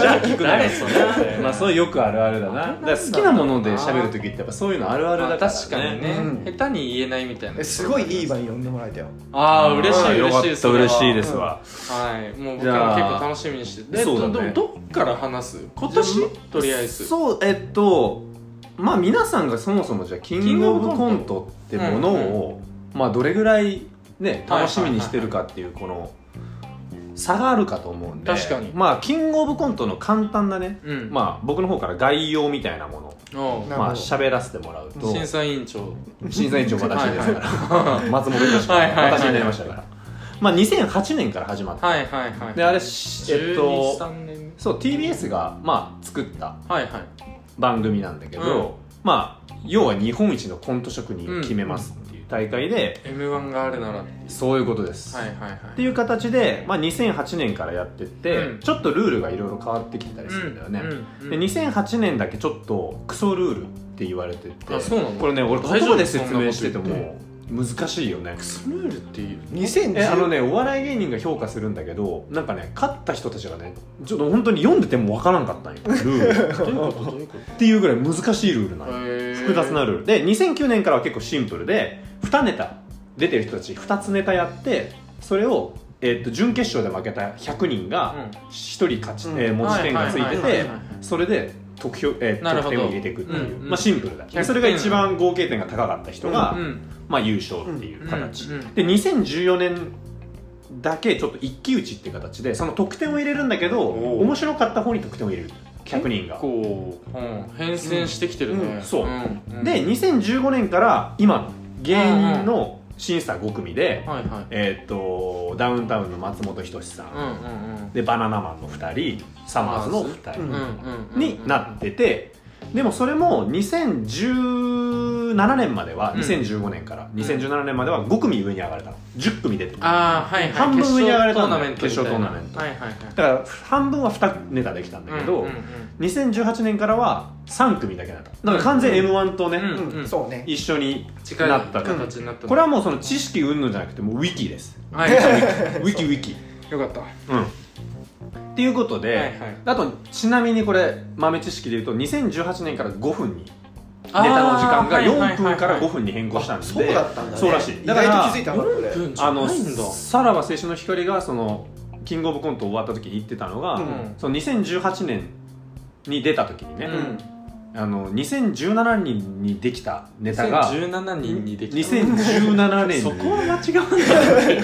[SPEAKER 2] じゃあ聞くな
[SPEAKER 1] 誰
[SPEAKER 2] よ
[SPEAKER 1] それ
[SPEAKER 2] まあそうよくあるあるだなだから好きなもので喋るときってやっぱそういうのあるあるだから、ね、
[SPEAKER 1] 確かにね、下手に言えないみたいな
[SPEAKER 3] えすごいいい場に呼んでもらえたよ
[SPEAKER 1] ああ嬉しい
[SPEAKER 2] よ
[SPEAKER 1] 嬉
[SPEAKER 2] かっ
[SPEAKER 1] しい
[SPEAKER 2] た嬉しいですすわ、
[SPEAKER 1] はいもう僕
[SPEAKER 2] じゃ
[SPEAKER 1] は
[SPEAKER 2] あ
[SPEAKER 1] 結構楽しみにしててで
[SPEAKER 2] そうだね
[SPEAKER 1] どどっから話す今
[SPEAKER 2] じゃ
[SPEAKER 1] 年
[SPEAKER 2] あ
[SPEAKER 1] とりあえず
[SPEAKER 2] そうえっとまあ皆さんがそもそもじゃあキングオブコントってものを、まあどれぐらいね楽しみにしてるかっていうこの差があるかと思うんで
[SPEAKER 1] 確かに
[SPEAKER 2] まあキングオブコントの簡単なね、
[SPEAKER 1] うん
[SPEAKER 2] まあ僕の方から概要みたいなものを
[SPEAKER 1] おう
[SPEAKER 3] なるほど
[SPEAKER 2] まあ喋らせてもらうと
[SPEAKER 1] 審査委員長
[SPEAKER 2] 審査委員長私ですから、 *laughs* 松本人志
[SPEAKER 1] はいはいはい
[SPEAKER 2] 私になりましたから、まあ2008年から始まって、
[SPEAKER 1] はいはいはい
[SPEAKER 2] であれしえっと
[SPEAKER 1] 123年
[SPEAKER 2] そう TBS がまあ作った
[SPEAKER 1] 目はいはい
[SPEAKER 2] 番組なんだけど、まあ要は日本一のコント職人を決めますっていう大会で、
[SPEAKER 1] m 1があるならって
[SPEAKER 2] そういうことです、
[SPEAKER 1] はいはいは
[SPEAKER 2] って
[SPEAKER 1] い
[SPEAKER 2] いう形で、まあ、2008年からやってって、
[SPEAKER 1] うん
[SPEAKER 2] ちょっとルールがいろいろ変わってきてたりするんだよね、
[SPEAKER 1] うん
[SPEAKER 2] で
[SPEAKER 1] うん
[SPEAKER 2] 2008年だけちょっとクソルールって言われてて
[SPEAKER 1] あそうなの
[SPEAKER 2] これね俺
[SPEAKER 1] 大丈夫
[SPEAKER 2] 言葉で説明し
[SPEAKER 1] そん
[SPEAKER 2] て
[SPEAKER 1] な
[SPEAKER 2] て
[SPEAKER 1] こと言
[SPEAKER 2] も難しいよね
[SPEAKER 1] クソルールっていう
[SPEAKER 2] えあの
[SPEAKER 3] 2010
[SPEAKER 2] ねお笑い芸人が評価するんだけどなんかね勝った人たちがねちょっと本当に読んでてもわからんかった
[SPEAKER 1] *laughs*
[SPEAKER 2] んよルール
[SPEAKER 1] どういうことどういうこと
[SPEAKER 2] っていうぐらい難しいルールなんよ複
[SPEAKER 1] 複
[SPEAKER 2] 雑なルールで2009年からは結構シンプルで2ネタ出てる人たち2つネタやってそれを、えーっと準決勝で負けた100人が1人勝ち、
[SPEAKER 3] うん
[SPEAKER 2] えー持ち点がついて
[SPEAKER 1] はいはいはい
[SPEAKER 2] て
[SPEAKER 1] はいはい
[SPEAKER 2] それで得票、えー
[SPEAKER 1] なるほ
[SPEAKER 2] 得
[SPEAKER 1] ど
[SPEAKER 2] 点を入れていくっていう、
[SPEAKER 1] うんうん
[SPEAKER 2] まあ、シンプルだ
[SPEAKER 1] 100点
[SPEAKER 2] それが一番合計点が高かった人が、
[SPEAKER 1] うんうん
[SPEAKER 2] まあ、優勝っていう形、
[SPEAKER 1] うんうん
[SPEAKER 2] で2014年だけちょっと一騎打ちって形でその得点を入れるんだけど
[SPEAKER 1] おー
[SPEAKER 2] 面白かった方に得点を入れる100人が
[SPEAKER 1] 結構、うん、変遷してきてるね、
[SPEAKER 2] うんそうん
[SPEAKER 1] ん
[SPEAKER 2] で2015年から今の芸人の審査5組で、
[SPEAKER 1] はいはい
[SPEAKER 2] えー、とダウンタウンの松本人志さん、
[SPEAKER 1] うんうん
[SPEAKER 2] でバナナマンの2人サマーズの
[SPEAKER 1] う
[SPEAKER 2] 2
[SPEAKER 1] ん
[SPEAKER 2] 人
[SPEAKER 1] うんうんうん
[SPEAKER 2] になってて、でもそれも2017年までは、
[SPEAKER 1] うん
[SPEAKER 2] 2015年から2017年までは5組上に上がれたの10組出てるだか
[SPEAKER 1] ああはいはい
[SPEAKER 2] 半分上に上がれたんだよ
[SPEAKER 1] 決勝トーナメントみ
[SPEAKER 2] 決
[SPEAKER 1] たいなはいはいはい
[SPEAKER 2] ら半分は2ネタできたんだけど、
[SPEAKER 1] うんうん
[SPEAKER 2] 2018年からは3組だけだっただから完全 m 1とね、
[SPEAKER 1] うん
[SPEAKER 3] うんそうね
[SPEAKER 2] 一緒に
[SPEAKER 1] うん近い
[SPEAKER 2] なった
[SPEAKER 1] 形になった
[SPEAKER 2] これはもうその知識云々じゃなくてもうウィキ
[SPEAKER 1] *laughs*
[SPEAKER 2] です
[SPEAKER 1] はいよ
[SPEAKER 2] ウィキウィキ
[SPEAKER 1] かったは
[SPEAKER 2] うんっていうことで、
[SPEAKER 1] いはい
[SPEAKER 2] あとちなみにこれ豆知識で言うと2018年から5分にネ
[SPEAKER 1] あ
[SPEAKER 2] タ
[SPEAKER 1] ー
[SPEAKER 2] の時間が
[SPEAKER 1] はいはいはいはい
[SPEAKER 2] 4分から5分に変更したんで
[SPEAKER 3] そうだったんだね
[SPEAKER 2] そうらしい
[SPEAKER 3] 意
[SPEAKER 2] だから
[SPEAKER 3] 外と気づいたなこれ
[SPEAKER 1] 分じゃ
[SPEAKER 2] あ
[SPEAKER 1] な
[SPEAKER 2] の
[SPEAKER 1] いんだ
[SPEAKER 2] さらば青春の光がそのキングオブコント終わった時に言ってたのが、
[SPEAKER 1] うん
[SPEAKER 2] その2018年に出た時にね、
[SPEAKER 1] うん
[SPEAKER 2] あの2017年にできたネタが
[SPEAKER 1] 2017人にできた
[SPEAKER 2] 2017年に
[SPEAKER 1] そこは間違うんだよ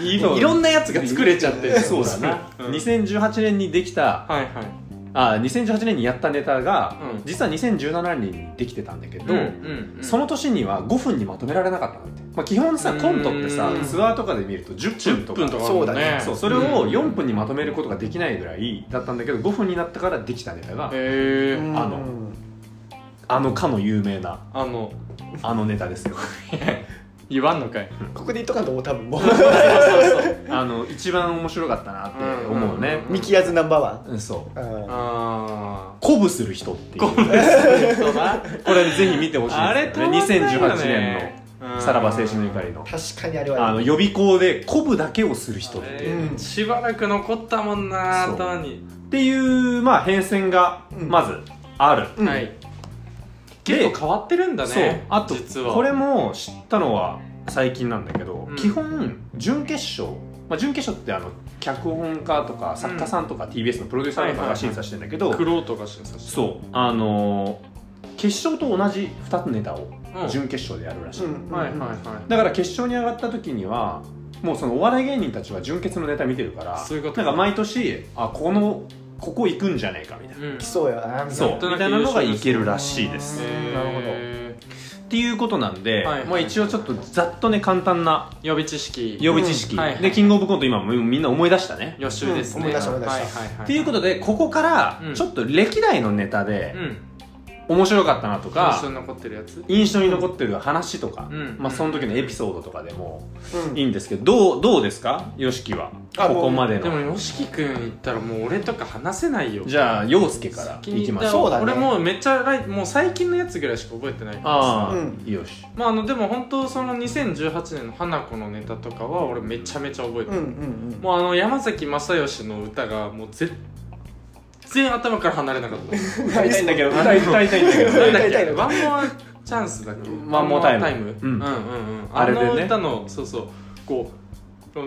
[SPEAKER 1] い
[SPEAKER 2] そう
[SPEAKER 1] いろんなやつが作れちゃってる
[SPEAKER 2] そうだな、
[SPEAKER 1] うん
[SPEAKER 2] 2018年にできた
[SPEAKER 1] はいはい
[SPEAKER 2] あ2018年にやったネタが、
[SPEAKER 1] うん
[SPEAKER 2] 実は2017年にできてたんだけど、
[SPEAKER 1] うんうんうん
[SPEAKER 2] その年には5分にまとめられなかったのって、まあ、基本さコントってさ
[SPEAKER 1] うん
[SPEAKER 2] ツアーとかで見ると10分と
[SPEAKER 1] 10
[SPEAKER 2] か
[SPEAKER 1] 分とか
[SPEAKER 3] そうだね
[SPEAKER 2] そうそれを4分にまとめることができないぐらいだったんだけど5分になったからできたネタが
[SPEAKER 1] へえ
[SPEAKER 2] あの
[SPEAKER 3] うん
[SPEAKER 2] あのかの有名な
[SPEAKER 1] あの *laughs*
[SPEAKER 2] あのネタですよ
[SPEAKER 1] 言わんのかい
[SPEAKER 3] ここで言っとかんともう多
[SPEAKER 2] *laughs*
[SPEAKER 3] 分もう
[SPEAKER 2] あの一番面白かったなって思うね、
[SPEAKER 1] うん
[SPEAKER 3] 見切らずナンバーワ
[SPEAKER 2] うんそう
[SPEAKER 3] ンうん
[SPEAKER 1] あ
[SPEAKER 2] 鼓舞する人っていう
[SPEAKER 1] 鼓あそうだ
[SPEAKER 2] *laughs* これぜひ見てほしい
[SPEAKER 1] あれ
[SPEAKER 2] ですよね2018年のさらば青春の怒りの
[SPEAKER 3] 確かにあれ
[SPEAKER 2] あ
[SPEAKER 3] は
[SPEAKER 2] の予備校で鼓舞だけをする人
[SPEAKER 1] 人
[SPEAKER 2] っ
[SPEAKER 1] ってて、
[SPEAKER 3] うん
[SPEAKER 1] しばらく残ったもんな
[SPEAKER 2] そう
[SPEAKER 1] 頭に、
[SPEAKER 2] っていうまあ変遷が
[SPEAKER 3] うん
[SPEAKER 2] まずある、
[SPEAKER 3] うん
[SPEAKER 1] はい
[SPEAKER 2] で
[SPEAKER 1] 結構変わってるんだ
[SPEAKER 2] そう
[SPEAKER 1] ね
[SPEAKER 2] あと
[SPEAKER 1] 実は
[SPEAKER 2] これも知ったのは最近なんだけど、
[SPEAKER 1] うん
[SPEAKER 2] 基本準決勝、まあ、準決勝ってあの脚本家とか作家さんとか TBS のプロデューサーとかが審査してんだけど、
[SPEAKER 1] 苦労とか審査して
[SPEAKER 2] そうあのー決勝と同じ2つネタを
[SPEAKER 1] うん
[SPEAKER 2] 準決勝でやるらしい、
[SPEAKER 3] うん
[SPEAKER 1] はいはいは
[SPEAKER 2] だから決勝に上がった時にはもうそのお笑い芸人たちは純潔のネタ見てるから
[SPEAKER 1] そういうこと
[SPEAKER 2] なんか毎年あこのここ行くんじゃねえかみたい
[SPEAKER 1] い、
[SPEAKER 2] な、
[SPEAKER 1] うん
[SPEAKER 3] 来そうやなみた
[SPEAKER 2] そ
[SPEAKER 3] いうな
[SPEAKER 2] み
[SPEAKER 1] となく
[SPEAKER 2] たいなのがいけるらしいで
[SPEAKER 3] う
[SPEAKER 2] す
[SPEAKER 3] ん
[SPEAKER 1] なる
[SPEAKER 2] っていうことなんで、
[SPEAKER 1] はい
[SPEAKER 2] まあ、一応ちょっとざっとね簡単な
[SPEAKER 1] ほど予備知識
[SPEAKER 2] 予備知識、
[SPEAKER 1] うんはいはい
[SPEAKER 2] でキングオブコント今もうみんな思い出したね、
[SPEAKER 1] 予習ですね、
[SPEAKER 3] うん思い出した思い出し
[SPEAKER 1] は
[SPEAKER 3] た
[SPEAKER 1] いはいはい
[SPEAKER 2] っていうことでここから
[SPEAKER 1] うん
[SPEAKER 2] ちょっと歴代のネタで
[SPEAKER 1] うん
[SPEAKER 2] 面白かったなと
[SPEAKER 1] 一
[SPEAKER 2] か、
[SPEAKER 1] 緒に残ってるやつ
[SPEAKER 2] 印象に残ってる話とか、
[SPEAKER 1] うん
[SPEAKER 2] まあ、その時のエピソードとかでも
[SPEAKER 3] うん
[SPEAKER 2] いいんですけどどうどうですか YOSHIKI は
[SPEAKER 3] あ
[SPEAKER 2] ここまで
[SPEAKER 1] でも
[SPEAKER 2] の
[SPEAKER 1] よしきくん言ったらもう俺とか話せないよ
[SPEAKER 2] じゃあ陽介からいきましょう
[SPEAKER 3] そうだね
[SPEAKER 1] 俺もうめっちゃライもう最近のやつぐらいしか覚えてないから
[SPEAKER 2] ああ、
[SPEAKER 3] う
[SPEAKER 2] よし
[SPEAKER 1] まああのでも本当その2018年の花子のネタとかは俺めちゃめちゃ覚えて
[SPEAKER 3] うんう
[SPEAKER 1] る、
[SPEAKER 3] ん
[SPEAKER 1] もうあの山崎まさよしの歌がもう全然頭から離れなかっ
[SPEAKER 2] *laughs*
[SPEAKER 3] うん歌いたいんだけど
[SPEAKER 2] 歌い歌いたいんだけ
[SPEAKER 1] た
[SPEAKER 2] ど
[SPEAKER 1] *laughs* なんだっ
[SPEAKER 3] 歌いたい
[SPEAKER 1] け
[SPEAKER 3] の
[SPEAKER 1] ワンモアチャンスだっけ
[SPEAKER 2] ワンモアタイム
[SPEAKER 1] う
[SPEAKER 2] うんん、
[SPEAKER 1] うんうんうん
[SPEAKER 2] あ
[SPEAKER 1] あ
[SPEAKER 2] れでね
[SPEAKER 1] の歌のそうそうこう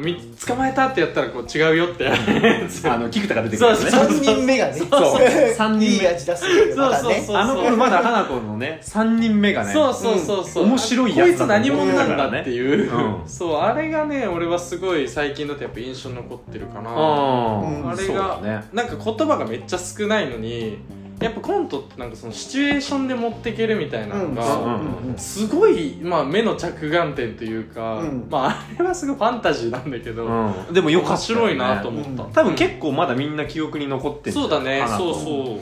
[SPEAKER 1] み捕まえたってやったらこう違うよってやるやつ
[SPEAKER 2] あの菊田が出てくるんですね
[SPEAKER 1] そう
[SPEAKER 3] 3人目がね
[SPEAKER 2] そう
[SPEAKER 3] *laughs* 3人いい味出すよねまだ
[SPEAKER 1] そうそう
[SPEAKER 3] ね
[SPEAKER 1] そう
[SPEAKER 2] あの頃まだ花子のね3人目が
[SPEAKER 1] *laughs*
[SPEAKER 2] ね
[SPEAKER 1] そうそうそうそう、
[SPEAKER 2] うん面白いや
[SPEAKER 1] こ
[SPEAKER 2] つ
[SPEAKER 1] いつ何者なんだっていう、
[SPEAKER 2] うん
[SPEAKER 1] そうあれがね俺はすごい最近だとやっぱ印象に残ってるかな
[SPEAKER 2] あ
[SPEAKER 3] うん
[SPEAKER 1] あれ
[SPEAKER 2] そう
[SPEAKER 1] が、
[SPEAKER 2] だね
[SPEAKER 1] なんか言葉がめっちゃ少ないのにやっぱコントってなんかそのシチュエーションで持っていけるみたいなのが、
[SPEAKER 2] うん
[SPEAKER 3] うん
[SPEAKER 1] すごい、まあ、目の着眼点というか、
[SPEAKER 3] うん
[SPEAKER 1] まあ、あれはすごいファンタジーなんだけど、
[SPEAKER 2] うんでもよか
[SPEAKER 1] 面
[SPEAKER 2] ったよね
[SPEAKER 1] 白いなと思った、
[SPEAKER 3] うん
[SPEAKER 2] 多分結構まだみんな記憶に残ってる
[SPEAKER 1] そうだね
[SPEAKER 2] 花
[SPEAKER 1] そう
[SPEAKER 2] 子の
[SPEAKER 1] そう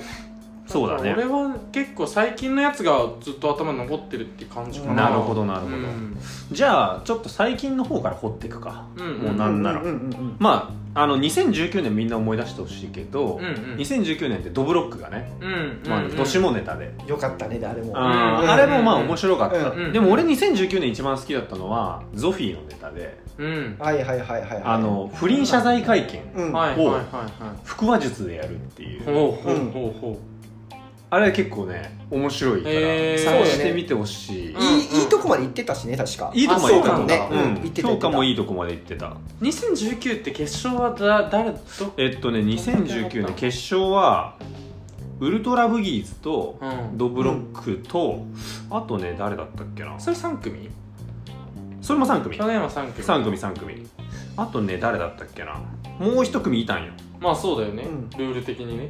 [SPEAKER 2] そうだね
[SPEAKER 1] 俺は結構最近のやつがずっと頭に残ってるって感じかな
[SPEAKER 2] なるほどなるほ
[SPEAKER 1] う
[SPEAKER 2] ど、
[SPEAKER 1] ん
[SPEAKER 2] じゃあちょっと最近の方から掘っていくか、
[SPEAKER 1] うん
[SPEAKER 2] もうなんなら、
[SPEAKER 3] うんうんうん
[SPEAKER 2] まああの2019年みんな思い出してほしいけど、
[SPEAKER 1] うんうん
[SPEAKER 2] 2019年ってドブロックがね、
[SPEAKER 1] うんうんうん
[SPEAKER 2] まあ、年もネタで、
[SPEAKER 3] うんよかったねであれも
[SPEAKER 2] あ
[SPEAKER 1] ん
[SPEAKER 2] ーあれもまあ面白かった、
[SPEAKER 3] うん
[SPEAKER 1] うん
[SPEAKER 2] でも俺2019年一番好きだったのはゾフィーのネタで、
[SPEAKER 1] うん
[SPEAKER 3] はいはいはいはいはい
[SPEAKER 2] あの不倫謝罪会見、
[SPEAKER 3] うん
[SPEAKER 1] はいはいはいはい
[SPEAKER 2] 腹話術でやるっていう
[SPEAKER 1] ほうほうほうほ
[SPEAKER 2] あれは結構ね面白いから
[SPEAKER 1] へー
[SPEAKER 2] 探してみてほしい、
[SPEAKER 1] うん
[SPEAKER 3] いいいいとこまで行ってたしね確か
[SPEAKER 2] いいとこまで行った
[SPEAKER 1] あそうなんだ
[SPEAKER 2] う
[SPEAKER 3] うん行って
[SPEAKER 2] ん
[SPEAKER 3] た
[SPEAKER 2] 評価もいいとこまで行ってた
[SPEAKER 1] う2019って決勝はだ誰と
[SPEAKER 2] えっとね2019年決勝はウルトラブギーズと
[SPEAKER 1] うん
[SPEAKER 2] ドブロックと、あとね誰だったっけな
[SPEAKER 1] それ3組
[SPEAKER 2] それも3組
[SPEAKER 1] 去年は3組
[SPEAKER 2] 3組3組あとね誰だったっけなもう1組いたんよ
[SPEAKER 1] まあそうだよね、
[SPEAKER 3] うん
[SPEAKER 1] ルール的にね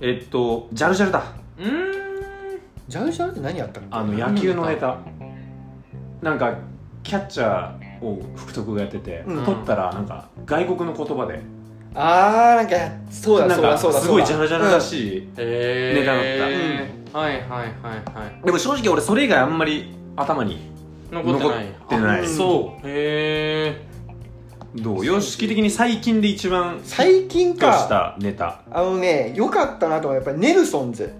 [SPEAKER 2] えっとジャルジャルだ
[SPEAKER 1] うーん
[SPEAKER 3] ジャルジャルって何やったの
[SPEAKER 2] あの野球のネタなんかキャッチャーを福徳がやってて、
[SPEAKER 3] うん
[SPEAKER 2] 取ったらなんか外国の言葉で
[SPEAKER 3] あーなんかそうだ
[SPEAKER 2] な
[SPEAKER 3] そ
[SPEAKER 2] ん
[SPEAKER 3] うだ
[SPEAKER 2] か
[SPEAKER 3] そうだ
[SPEAKER 2] すごいジャラジャラだしい、
[SPEAKER 1] へえ
[SPEAKER 2] ネタだ
[SPEAKER 3] っ
[SPEAKER 1] はいはいはいはい
[SPEAKER 2] でも正直俺それ以外あんまり頭に
[SPEAKER 1] 残
[SPEAKER 2] 残
[SPEAKER 1] ってない
[SPEAKER 2] ってない
[SPEAKER 3] あうん
[SPEAKER 1] そうへ
[SPEAKER 2] どう様式的に最近で一番ヒ
[SPEAKER 3] 最
[SPEAKER 2] ッ
[SPEAKER 3] 近
[SPEAKER 2] トし
[SPEAKER 3] か
[SPEAKER 2] たネタ
[SPEAKER 3] あのね良かったなと思うやっぱりネルソンズ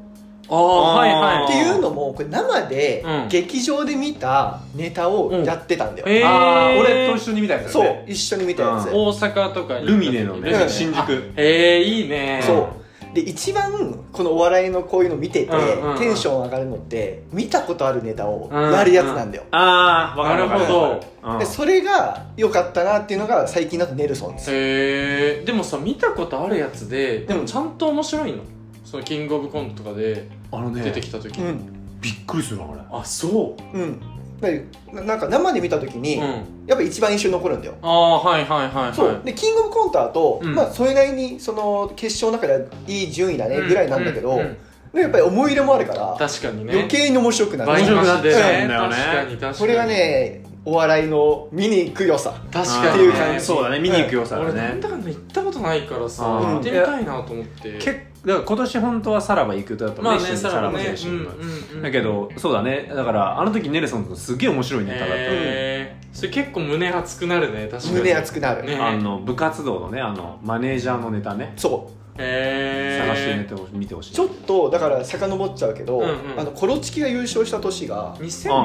[SPEAKER 1] えああはいはい
[SPEAKER 3] っていうのもこれ生で
[SPEAKER 1] うん
[SPEAKER 3] 劇場で見たネタをやってたんだよ、
[SPEAKER 1] えー
[SPEAKER 2] あー俺と一緒に見たやつだ
[SPEAKER 3] そ
[SPEAKER 2] よ
[SPEAKER 3] う
[SPEAKER 2] ね
[SPEAKER 3] 一緒に見たやつ、
[SPEAKER 2] うん
[SPEAKER 1] 大阪とかに
[SPEAKER 2] ルミネのね
[SPEAKER 1] ルミネ
[SPEAKER 2] 新宿
[SPEAKER 1] あへえいいね
[SPEAKER 3] そうで一番このお笑いのこういうの見てて、
[SPEAKER 1] うんうんうん
[SPEAKER 3] テンション上がるのって見たことあるネタを
[SPEAKER 1] うん
[SPEAKER 3] やるやつなんだよ、
[SPEAKER 2] ああわかるわかる
[SPEAKER 1] なるほ
[SPEAKER 2] ど
[SPEAKER 3] でそれが良かったなっていうのが最近だとネルソンです
[SPEAKER 1] へえでもさ見たことあるやつででもちゃんと面白いのそのキングオブコントとかで
[SPEAKER 2] あのね
[SPEAKER 1] 出てきた時、
[SPEAKER 3] うん
[SPEAKER 2] びっくりするなこれ
[SPEAKER 1] あそ
[SPEAKER 3] うんでななんか生で見た時
[SPEAKER 1] う
[SPEAKER 3] に、
[SPEAKER 1] うん
[SPEAKER 3] やっぱ一番印象に残るんだよ
[SPEAKER 1] ああはいはいはいはい
[SPEAKER 3] そうでキングオブコントだと、
[SPEAKER 1] うん
[SPEAKER 3] まあ、それなりにその決勝の中ではいい順位だねぐらいなんだけど、
[SPEAKER 1] ううん
[SPEAKER 3] でやっぱり思い入れもあるから
[SPEAKER 1] 確かにね
[SPEAKER 3] 余計に面白くなる
[SPEAKER 1] 倍増し
[SPEAKER 2] 面白くなっちゃうんだ
[SPEAKER 1] 確か
[SPEAKER 2] よね
[SPEAKER 1] に確かに
[SPEAKER 3] これがねお笑いの見に行く良さ
[SPEAKER 1] 確か
[SPEAKER 2] あー
[SPEAKER 1] に
[SPEAKER 3] っていう感じ
[SPEAKER 2] そうだね見に行くよさ
[SPEAKER 1] 俺
[SPEAKER 2] だ
[SPEAKER 1] なん
[SPEAKER 2] ね
[SPEAKER 1] だかんだ行ったことないからさ
[SPEAKER 2] うん
[SPEAKER 1] 行ってみたいなと思って
[SPEAKER 2] 結だから今年本当はさらば行くだった
[SPEAKER 1] まあ
[SPEAKER 2] 一緒
[SPEAKER 1] ね
[SPEAKER 2] に
[SPEAKER 1] さ
[SPEAKER 2] さ
[SPEAKER 1] ら
[SPEAKER 2] ら
[SPEAKER 1] ば
[SPEAKER 2] ば
[SPEAKER 1] ね
[SPEAKER 2] 青
[SPEAKER 1] うん
[SPEAKER 2] 春部
[SPEAKER 1] うんうん
[SPEAKER 2] だけどそうだねだからあの時ネルソンズのすげえ面白いネタだったの
[SPEAKER 1] へえそれ結構胸熱くなるね確かに
[SPEAKER 3] 胸熱くなる、
[SPEAKER 1] ね
[SPEAKER 2] あの部活動のねあのマネージャーのネタね
[SPEAKER 3] そう
[SPEAKER 1] へえ
[SPEAKER 2] 探してみてほし見てほしい
[SPEAKER 3] ちょっとだから遡っちゃうけ
[SPEAKER 1] う
[SPEAKER 3] ど、
[SPEAKER 1] んうん
[SPEAKER 3] あのコロチキが優勝した年が、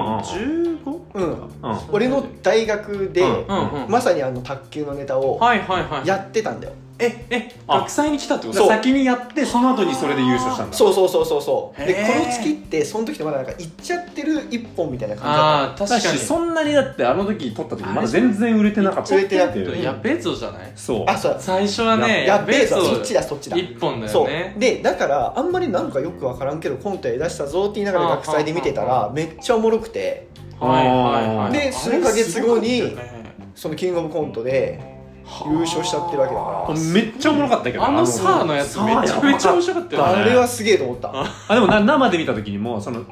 [SPEAKER 1] 2015?
[SPEAKER 3] うん、
[SPEAKER 2] うんうん
[SPEAKER 3] 俺の大学で、
[SPEAKER 2] うん
[SPEAKER 1] うんうん
[SPEAKER 3] まさにあの卓球のネタを
[SPEAKER 1] はいはいはい
[SPEAKER 3] やってたんだよ、
[SPEAKER 1] ええ
[SPEAKER 2] あ
[SPEAKER 1] 学祭に来たってこ
[SPEAKER 3] そう
[SPEAKER 1] と
[SPEAKER 2] 先にやってその後にそれで優勝したんだ
[SPEAKER 3] そうそうそうそうそうで
[SPEAKER 1] へー
[SPEAKER 3] コロチキってその時ってまだなんか行っちゃってる一本みたいな感じだっ
[SPEAKER 1] ああ確
[SPEAKER 2] だ
[SPEAKER 1] か
[SPEAKER 2] し
[SPEAKER 1] に
[SPEAKER 2] そんなにだってあの時撮った時まだ全然売れてなかった
[SPEAKER 3] 売れてなくて
[SPEAKER 2] いう
[SPEAKER 1] やっべえぞじゃない
[SPEAKER 2] そう
[SPEAKER 3] たあそうだ
[SPEAKER 1] 最初はね
[SPEAKER 3] やっべえぞ
[SPEAKER 1] ぞ
[SPEAKER 3] そっちだそっちだ
[SPEAKER 1] 一本だ
[SPEAKER 3] そ
[SPEAKER 1] よ
[SPEAKER 3] う
[SPEAKER 1] ね
[SPEAKER 3] でだからあんまりなんかよくわからんけどコントやりだしたぞって言いながら学祭で見てたらめっちゃおもろくて
[SPEAKER 1] はいはいはい
[SPEAKER 3] で
[SPEAKER 1] あれ
[SPEAKER 3] 数ヶ月後に
[SPEAKER 1] すごかったよね
[SPEAKER 3] そのキングオブコントで優勝しちゃってるわけだ
[SPEAKER 2] あ
[SPEAKER 3] か
[SPEAKER 2] めっちゃおもろかったけど
[SPEAKER 1] あのサーのやつ
[SPEAKER 2] サー
[SPEAKER 1] めちゃめちゃ面白かったよ
[SPEAKER 3] ら
[SPEAKER 2] あ
[SPEAKER 1] ね
[SPEAKER 2] ー
[SPEAKER 3] あれはすげえと思った
[SPEAKER 2] あでもな生で見た時にもその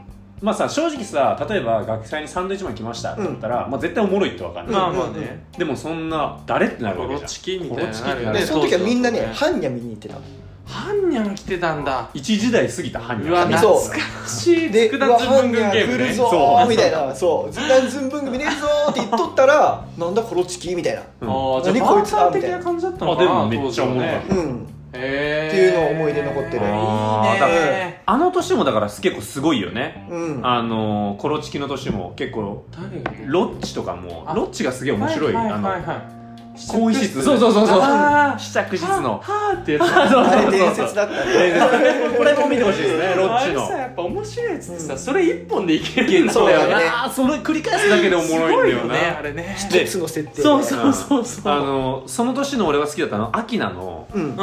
[SPEAKER 2] まあさ正直さ例えば学祭にサンドイッチマン来ましたって言ったら、まあ、絶対おもろいってわかんない、
[SPEAKER 1] まあまあね
[SPEAKER 2] でもそんな誰ってなる
[SPEAKER 1] コ
[SPEAKER 2] わけ
[SPEAKER 1] ロ
[SPEAKER 2] じゃん
[SPEAKER 1] チキみたいなあるよ
[SPEAKER 2] コロチキ
[SPEAKER 3] で
[SPEAKER 1] ね
[SPEAKER 3] その時はみんなね
[SPEAKER 1] は
[SPEAKER 3] ハンニャ見に行ってた
[SPEAKER 1] んにゃん来てたんだ
[SPEAKER 2] 一時代過ぎた犯人
[SPEAKER 1] うわ
[SPEAKER 3] な
[SPEAKER 1] 懐かしい
[SPEAKER 3] で、
[SPEAKER 1] 佃
[SPEAKER 3] うわ
[SPEAKER 1] 自分軍ゲーム
[SPEAKER 3] ハンニャ来
[SPEAKER 1] ね
[SPEAKER 3] るぞ
[SPEAKER 2] そ
[SPEAKER 3] ー
[SPEAKER 2] う
[SPEAKER 3] みたいな、そう、ずんだんずんぶん組出るぞーって言っとったら、なんだコロチキみたいな、
[SPEAKER 2] う
[SPEAKER 1] あ
[SPEAKER 2] ん
[SPEAKER 1] ーじゃあ
[SPEAKER 3] 何こ
[SPEAKER 1] バ
[SPEAKER 3] い
[SPEAKER 1] ー
[SPEAKER 3] つ
[SPEAKER 1] タ
[SPEAKER 3] だ
[SPEAKER 1] ー的な感じだったの
[SPEAKER 2] あ
[SPEAKER 1] か
[SPEAKER 2] で
[SPEAKER 1] な
[SPEAKER 2] もめっちゃおもろかった
[SPEAKER 1] 当時はね
[SPEAKER 3] うん、
[SPEAKER 1] へー
[SPEAKER 3] っていうのを思い出残って
[SPEAKER 1] い
[SPEAKER 3] る
[SPEAKER 1] い
[SPEAKER 2] あーだ
[SPEAKER 1] ね
[SPEAKER 2] あの年もだから結構すごいよね、
[SPEAKER 3] うん、
[SPEAKER 2] あのーコロチキの年も結構
[SPEAKER 1] 誰が出てる
[SPEAKER 2] ロッチとかも
[SPEAKER 1] あ
[SPEAKER 2] ロッチがすげえ面白い,、
[SPEAKER 1] ははは
[SPEAKER 2] あの
[SPEAKER 1] は試
[SPEAKER 2] 更衣室そう
[SPEAKER 1] う
[SPEAKER 2] そうそうそう
[SPEAKER 1] あー
[SPEAKER 2] 試着室
[SPEAKER 1] は *laughs*
[SPEAKER 2] の
[SPEAKER 1] はーってやつ
[SPEAKER 2] あそう
[SPEAKER 3] あ
[SPEAKER 2] そ
[SPEAKER 3] れ
[SPEAKER 2] う
[SPEAKER 3] 伝
[SPEAKER 2] そう
[SPEAKER 3] 説だったね。
[SPEAKER 2] 伝説これも見てほしいですねロッチ
[SPEAKER 1] あれさ
[SPEAKER 2] の
[SPEAKER 1] やっぱ面白いやつってさ、それ一本でいけるんだ
[SPEAKER 3] そうだよね
[SPEAKER 2] あーそれ繰り返すだけでおもろいんだよ
[SPEAKER 1] す
[SPEAKER 2] な
[SPEAKER 1] ごねあれね
[SPEAKER 2] で
[SPEAKER 3] 一つの設定で。
[SPEAKER 1] そうそうそうそう
[SPEAKER 2] あのその年の俺は好きだったのアキナの
[SPEAKER 3] う
[SPEAKER 1] うんん、うんうん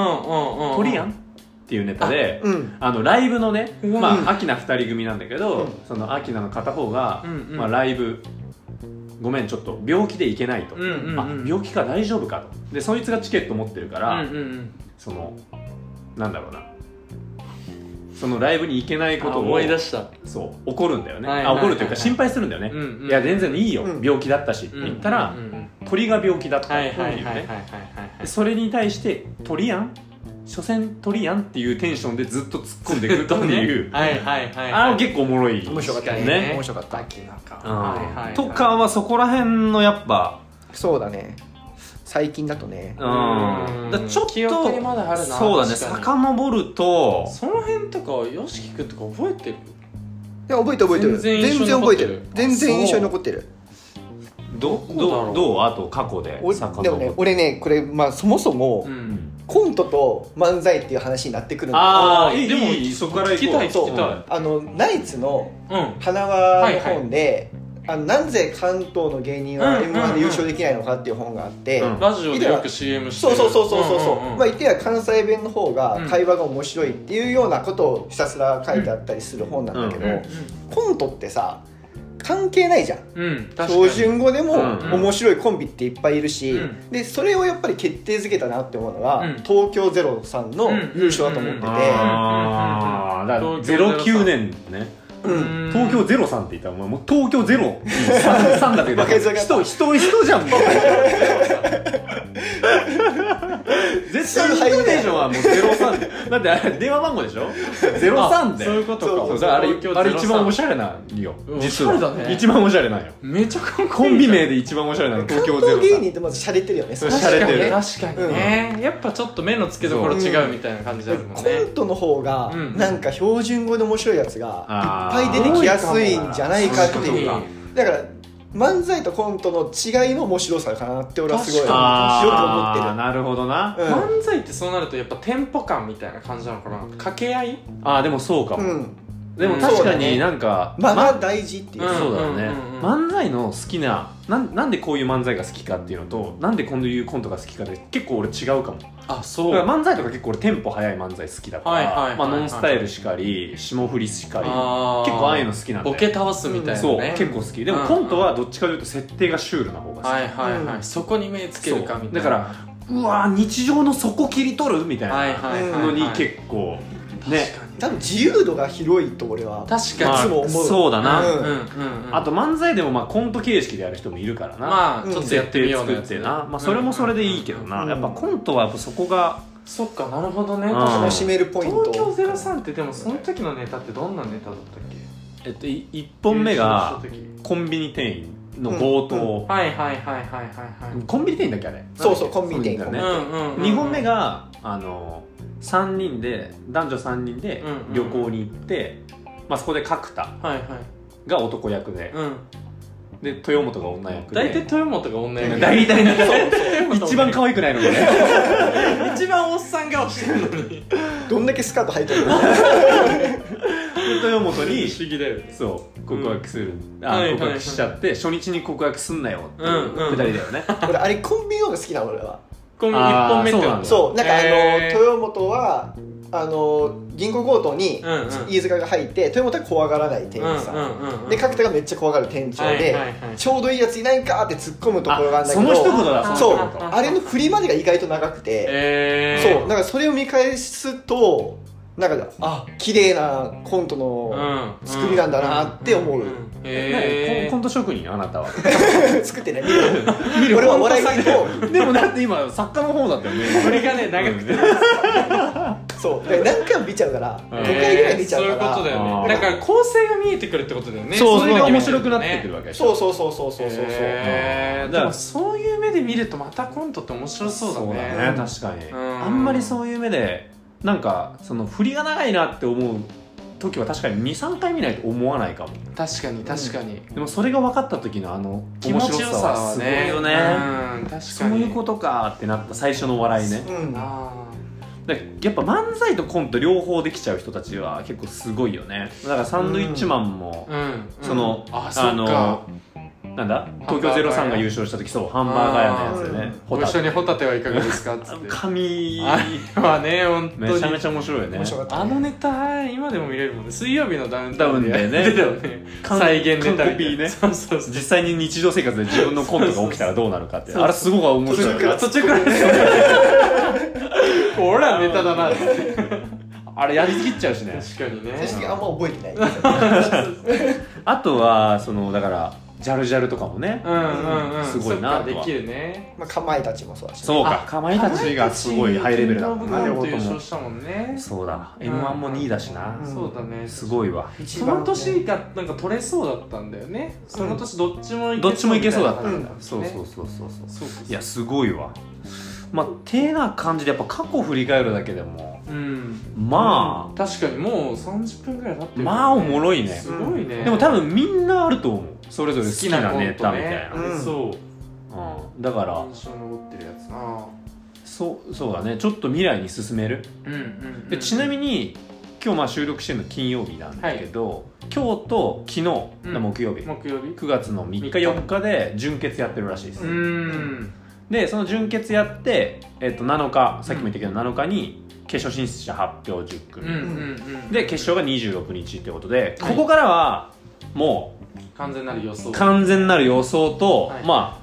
[SPEAKER 2] 「トリアン」っていうネタで
[SPEAKER 3] うん、
[SPEAKER 2] あのライブのね、
[SPEAKER 1] うわ
[SPEAKER 2] まあ、アキナ2人組なんだけど、
[SPEAKER 3] うん
[SPEAKER 2] そのアキナの片方が、
[SPEAKER 1] うんうん
[SPEAKER 2] まあ、ライブごめんちょっと病気で行けないと、
[SPEAKER 1] うんうんうん
[SPEAKER 2] あ病気か大丈夫かとでそいつがチケット持ってるから、
[SPEAKER 1] うんうんうん
[SPEAKER 2] そのなんだろうなそのライブに行けないこと
[SPEAKER 1] あ
[SPEAKER 2] を
[SPEAKER 1] 思い出した
[SPEAKER 2] そう怒るんだよね、
[SPEAKER 1] はいはいはい
[SPEAKER 2] あ怒るというか心配するんだよね、
[SPEAKER 1] うんうん
[SPEAKER 2] いや全然いいよ、
[SPEAKER 3] うん
[SPEAKER 2] 病気だったしって言ったら、
[SPEAKER 1] うんうんうん
[SPEAKER 2] 鳥が病気だったって
[SPEAKER 1] はいいう
[SPEAKER 2] ね、
[SPEAKER 1] はいはいはいはいはい
[SPEAKER 2] でそれに対して「鳥やん所詮鳥やん」っていうテンションでずっと突っ込んでくるっていう、
[SPEAKER 1] はいはいはい
[SPEAKER 2] あれ結構おもろい
[SPEAKER 3] 面白かった
[SPEAKER 1] 確
[SPEAKER 3] ね。
[SPEAKER 1] かにね
[SPEAKER 3] 面白かった。
[SPEAKER 2] うん
[SPEAKER 1] はいはいはい
[SPEAKER 2] とかはそこら辺のやっぱ
[SPEAKER 3] そうだね。最近だとね
[SPEAKER 2] う。ん
[SPEAKER 1] うん
[SPEAKER 2] だからちょっ
[SPEAKER 1] 記憶に
[SPEAKER 2] と
[SPEAKER 1] まだあるな
[SPEAKER 2] そうだね
[SPEAKER 1] 確かに
[SPEAKER 2] 遡ると
[SPEAKER 1] その辺とか YOSHIKI 君とか覚えてる
[SPEAKER 3] いや覚えてる覚えてる。
[SPEAKER 1] 全然印象
[SPEAKER 3] 全然
[SPEAKER 1] に残
[SPEAKER 3] 覚
[SPEAKER 1] っ
[SPEAKER 3] え
[SPEAKER 1] てる
[SPEAKER 3] てる。全然印象に残ってる。
[SPEAKER 2] ど
[SPEAKER 1] どこだろ
[SPEAKER 2] ど
[SPEAKER 1] う
[SPEAKER 2] どうあと過去で
[SPEAKER 3] 俺
[SPEAKER 2] 遡
[SPEAKER 3] でもね
[SPEAKER 2] る、
[SPEAKER 3] 俺ね、これまあそもそも
[SPEAKER 1] ん
[SPEAKER 3] コントと漫才っていう話になってくるんだ
[SPEAKER 2] ああ
[SPEAKER 1] あー
[SPEAKER 2] いい
[SPEAKER 1] でも
[SPEAKER 2] いいそこから
[SPEAKER 1] 聞
[SPEAKER 2] 行こう
[SPEAKER 1] きたい
[SPEAKER 3] 聞き
[SPEAKER 1] たい
[SPEAKER 2] うん
[SPEAKER 3] けど、あのナイツの
[SPEAKER 1] うん
[SPEAKER 3] 花輪の本で、あのなぜ関東の芸人は
[SPEAKER 1] うん
[SPEAKER 3] m 1で優勝できないのかっていう本があって、
[SPEAKER 2] うん
[SPEAKER 1] ラジオでよく CM して
[SPEAKER 3] そう
[SPEAKER 1] る
[SPEAKER 3] そうそうそうそうそう,、
[SPEAKER 1] んんん
[SPEAKER 3] まあ言っては関西弁の方が
[SPEAKER 1] うん
[SPEAKER 3] 会話が面白いっていうようなことをひたすら書いてあったりする本なんだけど、
[SPEAKER 2] うん
[SPEAKER 1] うん
[SPEAKER 3] コントってさ関係ないじゃん
[SPEAKER 1] うん確かに
[SPEAKER 3] 標準語でも
[SPEAKER 2] うん
[SPEAKER 3] 面白いコンビっていっぱいいるし、
[SPEAKER 1] うん
[SPEAKER 3] でそれをやっぱり決定づけたなって思うのが、
[SPEAKER 1] うん
[SPEAKER 3] 東京ゼロさんの優勝だと思ってて、
[SPEAKER 1] うん
[SPEAKER 2] ああだから09年ね
[SPEAKER 3] うん
[SPEAKER 1] うん
[SPEAKER 2] 東京ゼロさんって言ったらお前もう東京ゼロさんさんだけ *laughs* ど
[SPEAKER 3] 負けず嫌い
[SPEAKER 2] 人人人じゃんもう絶対イントネーションはもうゼロさんだってあれ電話番号でしょゼロさん
[SPEAKER 1] あ
[SPEAKER 2] で
[SPEAKER 1] そういうことか
[SPEAKER 2] そうだからあれ
[SPEAKER 1] 東京
[SPEAKER 2] あれ一番お
[SPEAKER 1] 03
[SPEAKER 2] しゃれなんよ
[SPEAKER 1] うん
[SPEAKER 2] 実
[SPEAKER 1] おしゃれだ
[SPEAKER 2] は
[SPEAKER 1] ね
[SPEAKER 2] 一番おしゃれなんよ
[SPEAKER 1] めちゃかっこいいじゃん
[SPEAKER 2] コンビ名で一番おしゃれなの東京ゼ
[SPEAKER 3] 関
[SPEAKER 2] ロ
[SPEAKER 3] 東
[SPEAKER 2] さ
[SPEAKER 3] 芸
[SPEAKER 2] ん
[SPEAKER 3] 人ってまず洒落てるよね
[SPEAKER 2] そう洒落てる
[SPEAKER 1] 確かにね、やっぱちょっと目の付けどころ違うみたいな感じだ
[SPEAKER 3] で
[SPEAKER 1] るもん
[SPEAKER 3] コ
[SPEAKER 1] ね
[SPEAKER 3] ントの方が
[SPEAKER 1] うん
[SPEAKER 3] なんか標準語で面白いやつが
[SPEAKER 2] あ
[SPEAKER 3] いっ
[SPEAKER 2] ー
[SPEAKER 3] ぱい出てきやすいんじゃないかって
[SPEAKER 1] そう
[SPEAKER 3] い
[SPEAKER 1] いううこ
[SPEAKER 3] か
[SPEAKER 1] とか
[SPEAKER 3] だから漫才とコントの違いの面白さかなって俺はすごいよく
[SPEAKER 1] 確
[SPEAKER 2] ああ
[SPEAKER 3] 思
[SPEAKER 2] なるほどな
[SPEAKER 3] ってるうん
[SPEAKER 1] 漫才ってそうなるとやっぱテンポ感みたいな感じなのかな掛け合い
[SPEAKER 2] ああでもそうか
[SPEAKER 3] う
[SPEAKER 2] も
[SPEAKER 3] ん
[SPEAKER 2] でも確かになんか
[SPEAKER 3] 間
[SPEAKER 2] ま
[SPEAKER 3] が大事っていう
[SPEAKER 1] うん
[SPEAKER 2] そうだよね
[SPEAKER 1] うんうん
[SPEAKER 2] 漫才の好きななんなんでこういう漫才が好きかっていうのとなんでこういうコントが好きかって結構俺違うかも
[SPEAKER 1] あ
[SPEAKER 2] だ
[SPEAKER 1] そ
[SPEAKER 2] から漫才とか結構俺テンポ速い漫才好きだか
[SPEAKER 1] はいはいはいは
[SPEAKER 2] ら
[SPEAKER 1] い
[SPEAKER 2] まあノンスタイルしかり霜降りしかり結
[SPEAKER 1] あー
[SPEAKER 2] 構ああいうの好きなんで
[SPEAKER 1] ボケ倒すみたいなね
[SPEAKER 2] そう結構好きで
[SPEAKER 1] うん
[SPEAKER 2] もコントはどっちかというと設定がシュールな方が好き
[SPEAKER 1] はいはいはい、
[SPEAKER 3] うん
[SPEAKER 1] そこに目つけるかみたいな
[SPEAKER 2] そうだからうわー日常の底切り取るみたいな
[SPEAKER 1] はいはいはい、はい、
[SPEAKER 2] のに結構ね
[SPEAKER 3] 多分自由度が広いと俺は
[SPEAKER 1] 確か
[SPEAKER 3] 構い
[SPEAKER 1] に
[SPEAKER 3] つも思う
[SPEAKER 2] そうだな、
[SPEAKER 3] うん
[SPEAKER 1] 確かに、うんうんうん、
[SPEAKER 2] あと漫才でもまあコント形式でやる人もいるからな、
[SPEAKER 1] まあ、
[SPEAKER 3] うん
[SPEAKER 1] ちょっとや
[SPEAKER 2] 設
[SPEAKER 1] ってみ
[SPEAKER 2] 定
[SPEAKER 1] ようの
[SPEAKER 2] 作
[SPEAKER 1] や
[SPEAKER 2] っ
[SPEAKER 1] つ
[SPEAKER 2] てな、まあ、それもそれでいいけどな、
[SPEAKER 3] うん
[SPEAKER 2] やっぱコントはやっぱそこが
[SPEAKER 1] そっかなるほどね
[SPEAKER 2] うん
[SPEAKER 1] 確かに
[SPEAKER 3] 楽しめるポイン
[SPEAKER 1] 東京
[SPEAKER 3] ト
[SPEAKER 1] ゼロ三ってでもその時のネタってどんなネタだったっけ一
[SPEAKER 2] えっとい一本目がコンビニ店員の強盗、
[SPEAKER 1] はいはいはいはいはいはい、
[SPEAKER 2] コンビニ店員だっけあれ
[SPEAKER 3] そうそうコンビニ店
[SPEAKER 2] そう
[SPEAKER 3] コ
[SPEAKER 2] だ
[SPEAKER 3] ンビ
[SPEAKER 2] ね
[SPEAKER 3] ニ
[SPEAKER 1] うんうんうん
[SPEAKER 2] 2本目があの3人で男女3人で
[SPEAKER 1] うんうん
[SPEAKER 2] 旅行に行って、まあ、そこで角田
[SPEAKER 1] はいはい
[SPEAKER 2] が男役で、
[SPEAKER 1] うん
[SPEAKER 2] で豊本が女役で
[SPEAKER 1] 大体豊本が女
[SPEAKER 3] う
[SPEAKER 1] 役
[SPEAKER 3] ん
[SPEAKER 1] *laughs*
[SPEAKER 2] 大体ね一
[SPEAKER 1] 一
[SPEAKER 2] 番可愛くないのがね
[SPEAKER 1] 一番おっさん顔してるのに
[SPEAKER 3] どんだけスカート履いて
[SPEAKER 1] *laughs*
[SPEAKER 3] るの
[SPEAKER 2] で豊本に
[SPEAKER 1] 不思議だよね
[SPEAKER 2] そう告白する、あ
[SPEAKER 1] はいはいはい
[SPEAKER 2] 告白しちゃって、初日に告白すんなよっていうくだりだよね、
[SPEAKER 3] 俺あれコンビニの方が好きなの俺は
[SPEAKER 1] コンビ1
[SPEAKER 2] あー
[SPEAKER 1] 本目って
[SPEAKER 2] そうなんだ
[SPEAKER 3] そうなんかあの、
[SPEAKER 1] へー
[SPEAKER 3] 豊本はあの銀行強盗に
[SPEAKER 1] うんうん
[SPEAKER 3] 飯塚が入って豊本は怖がらない店
[SPEAKER 1] う
[SPEAKER 3] 員さん、
[SPEAKER 1] んうんうんうん
[SPEAKER 3] で角田がめっちゃ怖がる店長で、
[SPEAKER 1] はいはいはい
[SPEAKER 3] ちょうどいいやついないかって突っ込むところがあ
[SPEAKER 2] あ
[SPEAKER 3] るんだ
[SPEAKER 2] そ
[SPEAKER 3] け
[SPEAKER 2] の
[SPEAKER 3] ど
[SPEAKER 2] 一言だ
[SPEAKER 3] そ
[SPEAKER 2] そうう
[SPEAKER 1] あ
[SPEAKER 3] あれの振りまでが意外と長くて、
[SPEAKER 1] えー、
[SPEAKER 3] そうだからそれを見返すとなんかあ綺麗なコントの
[SPEAKER 1] うん
[SPEAKER 3] 作りなんだなって思う、
[SPEAKER 1] んん
[SPEAKER 2] ね
[SPEAKER 1] へ
[SPEAKER 2] コンコント職人あなたは
[SPEAKER 3] *laughs* 作ってね見る俺は笑いと
[SPEAKER 2] *laughs* でもだって今作家の方だったよね
[SPEAKER 1] これがね長くて
[SPEAKER 3] そうだから何回も見ちゃうから
[SPEAKER 2] うん
[SPEAKER 3] 5回ぐらい見ちゃうから、
[SPEAKER 1] そういうことだよね
[SPEAKER 2] あー
[SPEAKER 1] だから構成が見えてくるってことだよね
[SPEAKER 2] そうそれが面
[SPEAKER 1] そうい
[SPEAKER 2] 白
[SPEAKER 1] う
[SPEAKER 2] く
[SPEAKER 1] のが
[SPEAKER 2] なっ
[SPEAKER 1] 見えて
[SPEAKER 2] てく
[SPEAKER 1] る
[SPEAKER 2] るわけでし
[SPEAKER 3] そ
[SPEAKER 2] ょ
[SPEAKER 3] うそうそうそうそうそうそう、
[SPEAKER 1] へー
[SPEAKER 2] だ
[SPEAKER 1] で
[SPEAKER 2] から
[SPEAKER 1] もそういう目で見るとまたコントって面白そうだね
[SPEAKER 2] だね確かに
[SPEAKER 1] うん
[SPEAKER 2] あんまりそういう目でなんかその振りが長いなって思う時は確かに23回見ないと思わないかも
[SPEAKER 1] 確かに確かに、
[SPEAKER 2] でもそれが分かった時のあの
[SPEAKER 1] 気
[SPEAKER 2] 面
[SPEAKER 1] 持
[SPEAKER 2] 白
[SPEAKER 1] ちよ
[SPEAKER 2] さ
[SPEAKER 1] さ
[SPEAKER 2] は
[SPEAKER 1] は
[SPEAKER 2] すごい
[SPEAKER 1] ね
[SPEAKER 2] よね
[SPEAKER 1] うん確かに
[SPEAKER 2] そういうことかってなった最初の笑いね
[SPEAKER 3] うん
[SPEAKER 1] あ
[SPEAKER 2] だからやっぱ漫才とコント両方できちゃう人たちは結構すごいよねだからサンドイッチマンも、
[SPEAKER 1] ーうん
[SPEAKER 2] その、
[SPEAKER 1] うんあそっか
[SPEAKER 2] あのなんだ東京ゼロさんが優勝した時そうハンバーガー屋のやつでね
[SPEAKER 1] ご
[SPEAKER 2] ホタ
[SPEAKER 1] 一緒
[SPEAKER 2] テ
[SPEAKER 1] にホタテはいかがですかっつって
[SPEAKER 2] 神
[SPEAKER 1] あれはね本当
[SPEAKER 2] めちゃ
[SPEAKER 1] に
[SPEAKER 2] めちゃ面白いよね
[SPEAKER 3] 面白かった、ね、
[SPEAKER 1] あのネタ今でも見れるもんね水曜日のダウンタウンで
[SPEAKER 2] ダウンでね
[SPEAKER 1] 出たよね
[SPEAKER 2] 完
[SPEAKER 1] 再現ネタ
[SPEAKER 2] 完コピーね
[SPEAKER 1] そうそうそう
[SPEAKER 2] 実際に日常生活で自分のコントが起きたらどうなるかっ
[SPEAKER 1] そうそ
[SPEAKER 2] て
[SPEAKER 1] うそう
[SPEAKER 2] あれすごく面白いよね
[SPEAKER 1] 途中からほらネタだなって
[SPEAKER 2] あれやりすぎっちゃうしね
[SPEAKER 1] 確かにね
[SPEAKER 3] 正直あんま覚えてない
[SPEAKER 2] あとはそのだからジャルジャルとかもね
[SPEAKER 1] うんうんうん
[SPEAKER 2] すごい
[SPEAKER 1] そ
[SPEAKER 2] な
[SPEAKER 1] っか
[SPEAKER 2] と
[SPEAKER 1] で
[SPEAKER 2] は
[SPEAKER 1] きるね
[SPEAKER 3] まあ、かまいたちもそうだし、ね、
[SPEAKER 2] そう
[SPEAKER 1] あ
[SPEAKER 2] かかまいたちがすごいハイレベルだもんな
[SPEAKER 1] なる
[SPEAKER 2] 両方
[SPEAKER 1] ほど優
[SPEAKER 2] とも
[SPEAKER 1] 勝したもんね
[SPEAKER 2] そうだ m 1も2位だしな、
[SPEAKER 3] うん
[SPEAKER 1] そうだね
[SPEAKER 2] すごいわ
[SPEAKER 3] 一
[SPEAKER 1] そ
[SPEAKER 3] 番ね
[SPEAKER 1] の年がなんか取れそうだったんだよねその年どっちもいけ
[SPEAKER 2] どっちもいけそうだった、
[SPEAKER 1] みいな
[SPEAKER 3] んだ
[SPEAKER 1] 感じ
[SPEAKER 2] そうそう
[SPEAKER 1] ね
[SPEAKER 2] そうそうそう
[SPEAKER 1] そうそう
[SPEAKER 2] いやすごいわまあてな感じでやっぱ過去振り返るだけでも
[SPEAKER 1] うん
[SPEAKER 2] ま
[SPEAKER 1] 確かにもう30分ぐらい経って
[SPEAKER 2] あ、
[SPEAKER 1] る
[SPEAKER 2] まあおもろいね、
[SPEAKER 1] すごいね
[SPEAKER 2] でも多分みんなあると思うそれぞれ好きなネタみたいな、
[SPEAKER 1] 好きなコントね
[SPEAKER 3] うん
[SPEAKER 1] そう
[SPEAKER 2] うん、だから
[SPEAKER 1] 印象に残ってるやつな
[SPEAKER 2] そうそうだねちょっと未来に進める、
[SPEAKER 1] うんうん
[SPEAKER 2] でちな
[SPEAKER 1] に
[SPEAKER 2] みに今日まあ収録してるの金曜日なんだけど、今日と昨日の木曜日、
[SPEAKER 1] 木曜日
[SPEAKER 2] 9月の3日4日で純潔やってるらしいで
[SPEAKER 1] う
[SPEAKER 2] す、
[SPEAKER 1] ん
[SPEAKER 2] でその純潔やって、えっと7日さっきも言ったけど7日に決勝進出者発表10
[SPEAKER 1] うん
[SPEAKER 2] 組、
[SPEAKER 1] うんうん
[SPEAKER 2] で決勝が26日ってことで、
[SPEAKER 1] はい
[SPEAKER 2] ここからはもう
[SPEAKER 1] 完全なる予想
[SPEAKER 2] 完全なる予想と、
[SPEAKER 1] はい
[SPEAKER 2] ま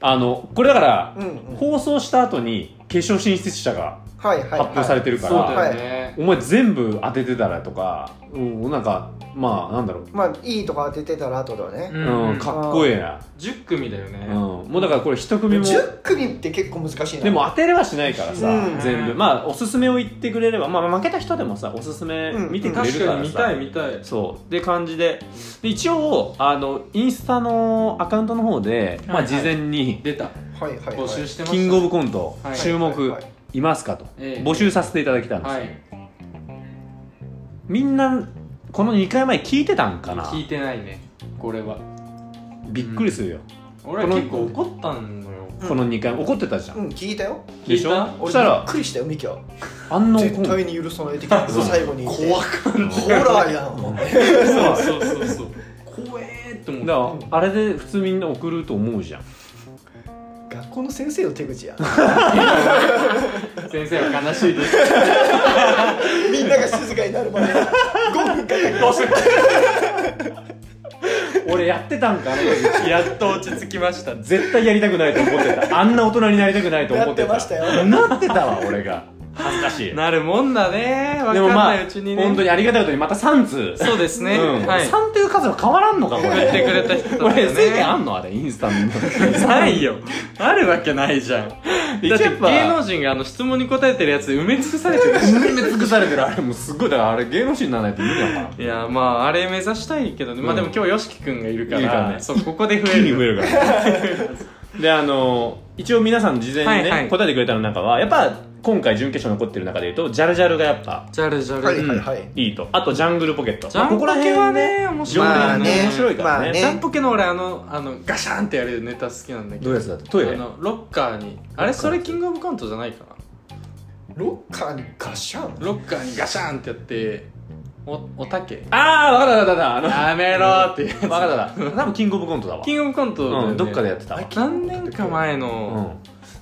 [SPEAKER 2] ああのこれだから、
[SPEAKER 3] うんうん
[SPEAKER 2] 放送した後に決勝進出者が
[SPEAKER 3] はいはいはい
[SPEAKER 2] 発表されてるから、
[SPEAKER 1] そうだよね、
[SPEAKER 2] お前全部当ててたらとか、うん、なんかまあなんだろう、
[SPEAKER 3] まあいいとか当ててたらってことだね、
[SPEAKER 2] うん
[SPEAKER 1] うん、
[SPEAKER 2] かっこええな、
[SPEAKER 1] 10組だよね、
[SPEAKER 2] うん、もうだからこれ一組も
[SPEAKER 3] 10組って結構難しいな
[SPEAKER 2] でも当てれはしないからさ、
[SPEAKER 3] うん
[SPEAKER 2] 全部まあおすすめを言ってくれればまあ負けた人でもさおすすめ見てくれる
[SPEAKER 1] 確
[SPEAKER 2] か
[SPEAKER 1] からに見
[SPEAKER 2] さ、
[SPEAKER 1] たい見たい
[SPEAKER 2] そうで感じでで一応あのインスタのアカウントの方で、ま
[SPEAKER 1] はいは
[SPEAKER 2] あ、
[SPEAKER 1] い
[SPEAKER 2] 事前に
[SPEAKER 1] 出た
[SPEAKER 3] はいはいはい
[SPEAKER 1] 募集してま
[SPEAKER 2] 「
[SPEAKER 1] した、
[SPEAKER 2] キングオブコント
[SPEAKER 1] はい
[SPEAKER 2] 注
[SPEAKER 3] はい
[SPEAKER 2] 目
[SPEAKER 3] はいはい
[SPEAKER 2] いますか?」と
[SPEAKER 1] ええ
[SPEAKER 2] 募集させていただきたんです
[SPEAKER 1] は
[SPEAKER 2] よ
[SPEAKER 1] い
[SPEAKER 2] みんなこの2回前聞いてたんかな
[SPEAKER 1] 聞いてないねこれは
[SPEAKER 2] びっくりするよ
[SPEAKER 1] 俺は結構怒ったのよ
[SPEAKER 3] うん
[SPEAKER 2] この2回怒ってたじゃ
[SPEAKER 3] うんん聞いたよ
[SPEAKER 1] 聞
[SPEAKER 2] で
[SPEAKER 1] い
[SPEAKER 2] したょそした
[SPEAKER 3] 俺びっ
[SPEAKER 2] ら
[SPEAKER 3] くりしたよミキは
[SPEAKER 2] あんな怒
[SPEAKER 3] 絶
[SPEAKER 2] ん
[SPEAKER 3] 対に許さない的なこと最後に言って
[SPEAKER 1] 怖
[SPEAKER 3] 感じホラーやんお前
[SPEAKER 1] そうそうそうそう怖えーって思っ
[SPEAKER 2] だ
[SPEAKER 1] た
[SPEAKER 2] からあれで普通みんな送ると思うじゃん
[SPEAKER 3] 学校の先生の手口や
[SPEAKER 1] 先生は悲しいです
[SPEAKER 3] みんなが静かになるまで5分かけて
[SPEAKER 2] 俺やってたんかな
[SPEAKER 1] やっと落ち着きました
[SPEAKER 2] 絶対やりたくないと思ってたあんな大人になりたくないと思ってた
[SPEAKER 3] なってましたよ
[SPEAKER 2] なってたわ俺が恥ずかしい
[SPEAKER 1] なるもんだねわ
[SPEAKER 2] で
[SPEAKER 1] か
[SPEAKER 2] も
[SPEAKER 1] ん
[SPEAKER 2] ま
[SPEAKER 1] な
[SPEAKER 2] あ
[SPEAKER 1] いうちにね
[SPEAKER 2] 本当にありがたいことにまた3通
[SPEAKER 1] そうですね、
[SPEAKER 2] うん
[SPEAKER 1] はい送
[SPEAKER 2] 3という数は変わらんのかこれ
[SPEAKER 1] ってくれた人
[SPEAKER 2] こ
[SPEAKER 1] だ
[SPEAKER 2] れ
[SPEAKER 1] よ
[SPEAKER 2] 制限あ
[SPEAKER 1] ね
[SPEAKER 2] んのあれインスタの
[SPEAKER 1] ないよあるわけないじゃんだって
[SPEAKER 2] 一応やっぱ
[SPEAKER 1] 芸能人があの質問に答えてるやつ埋め尽くさ
[SPEAKER 2] *laughs*
[SPEAKER 1] れてるし
[SPEAKER 2] 埋め尽くされてるあれもうすごいだからあれ芸能人にならないと無理だか
[SPEAKER 1] い
[SPEAKER 2] ら
[SPEAKER 1] やまああれ目指したいけどね、まあでも今日よしきくんがいるから
[SPEAKER 2] いるからね
[SPEAKER 1] そうここで増
[SPEAKER 2] 一
[SPEAKER 1] え
[SPEAKER 2] 気に
[SPEAKER 1] る
[SPEAKER 2] 増えるから
[SPEAKER 1] *laughs*
[SPEAKER 2] であの一応皆さん事前にね、
[SPEAKER 1] はいはい
[SPEAKER 2] 答えてくれたの中はやっぱ今回準決勝残ってる中でいうとジャルジャルがやっぱ
[SPEAKER 1] ジャルジャル、
[SPEAKER 3] はいはいはい
[SPEAKER 2] いいとあとジャングルポケット
[SPEAKER 1] ジャンポケはね面白いよね,、
[SPEAKER 3] まあね
[SPEAKER 2] 面白いからね,、
[SPEAKER 3] まあね
[SPEAKER 1] ジャンポケの俺あのあのガシャンってやるネタ好きなんだけ
[SPEAKER 2] ど
[SPEAKER 1] ど
[SPEAKER 2] ういうやつだったトイ
[SPEAKER 1] あ
[SPEAKER 2] レ
[SPEAKER 1] のロッカーにあれそれキングオブコントじゃないかな
[SPEAKER 3] ロッカーにガシャン
[SPEAKER 1] ロッカーにガシャンってやっておおたけ
[SPEAKER 2] ああ分かった分かった分かったあ
[SPEAKER 1] やめろーっていうや
[SPEAKER 2] の分かった分かった多分キングオブコントだわ
[SPEAKER 1] キングオブコントだよね
[SPEAKER 2] うん、どっかでやってたわ
[SPEAKER 1] 何年か前
[SPEAKER 2] う
[SPEAKER 1] の
[SPEAKER 2] ん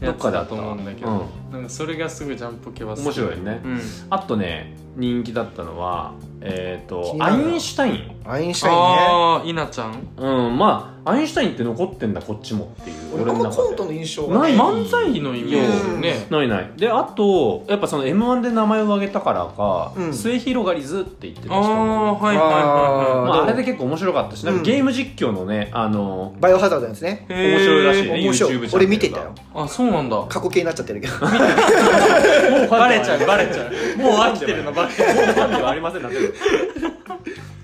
[SPEAKER 2] ど
[SPEAKER 1] や
[SPEAKER 2] っ
[SPEAKER 1] つ
[SPEAKER 2] かであ
[SPEAKER 1] だ
[SPEAKER 2] った
[SPEAKER 1] と
[SPEAKER 2] わ
[SPEAKER 1] 思うんだけど、なんかそれがすごいジャンポケは好き
[SPEAKER 2] 面白いよね
[SPEAKER 1] うん
[SPEAKER 2] あとね人気だったのはえっ、
[SPEAKER 3] 気
[SPEAKER 2] と
[SPEAKER 3] にな
[SPEAKER 2] ア
[SPEAKER 3] るな
[SPEAKER 2] インシュタイン
[SPEAKER 3] アインシュタインね
[SPEAKER 1] ああー稲ちゃん
[SPEAKER 2] うんまあアインシュタインって残ってんだこっちもっていう
[SPEAKER 3] 俺あん
[SPEAKER 2] の
[SPEAKER 3] まコン
[SPEAKER 2] で
[SPEAKER 3] トの印象が
[SPEAKER 2] な
[SPEAKER 3] ね
[SPEAKER 2] い
[SPEAKER 1] 漫才のイメージよね
[SPEAKER 2] ないないであとやっぱその m 1で名前を挙げたからか、
[SPEAKER 3] うん
[SPEAKER 2] 末広がりずって言ってた人
[SPEAKER 1] ああ
[SPEAKER 2] も
[SPEAKER 1] はいはい
[SPEAKER 2] あ,、
[SPEAKER 1] は
[SPEAKER 2] ま
[SPEAKER 3] ど
[SPEAKER 2] あ、
[SPEAKER 3] う
[SPEAKER 2] あれで結構面白かったしなん
[SPEAKER 3] う
[SPEAKER 2] か
[SPEAKER 3] ん
[SPEAKER 2] ゲーム実況のねあの
[SPEAKER 3] バイオハザードですね
[SPEAKER 1] いはい
[SPEAKER 2] 面白いらしいね
[SPEAKER 1] へー
[SPEAKER 3] 面白
[SPEAKER 2] YouTube チャンネル
[SPEAKER 3] い
[SPEAKER 2] が
[SPEAKER 3] 俺見てたよ
[SPEAKER 1] あそうなんだ
[SPEAKER 3] 過去形になっちゃってるけど
[SPEAKER 1] バレちゃうバレちゃうもう飽きてるのバレちゃう
[SPEAKER 2] 感じはありませんだけどっ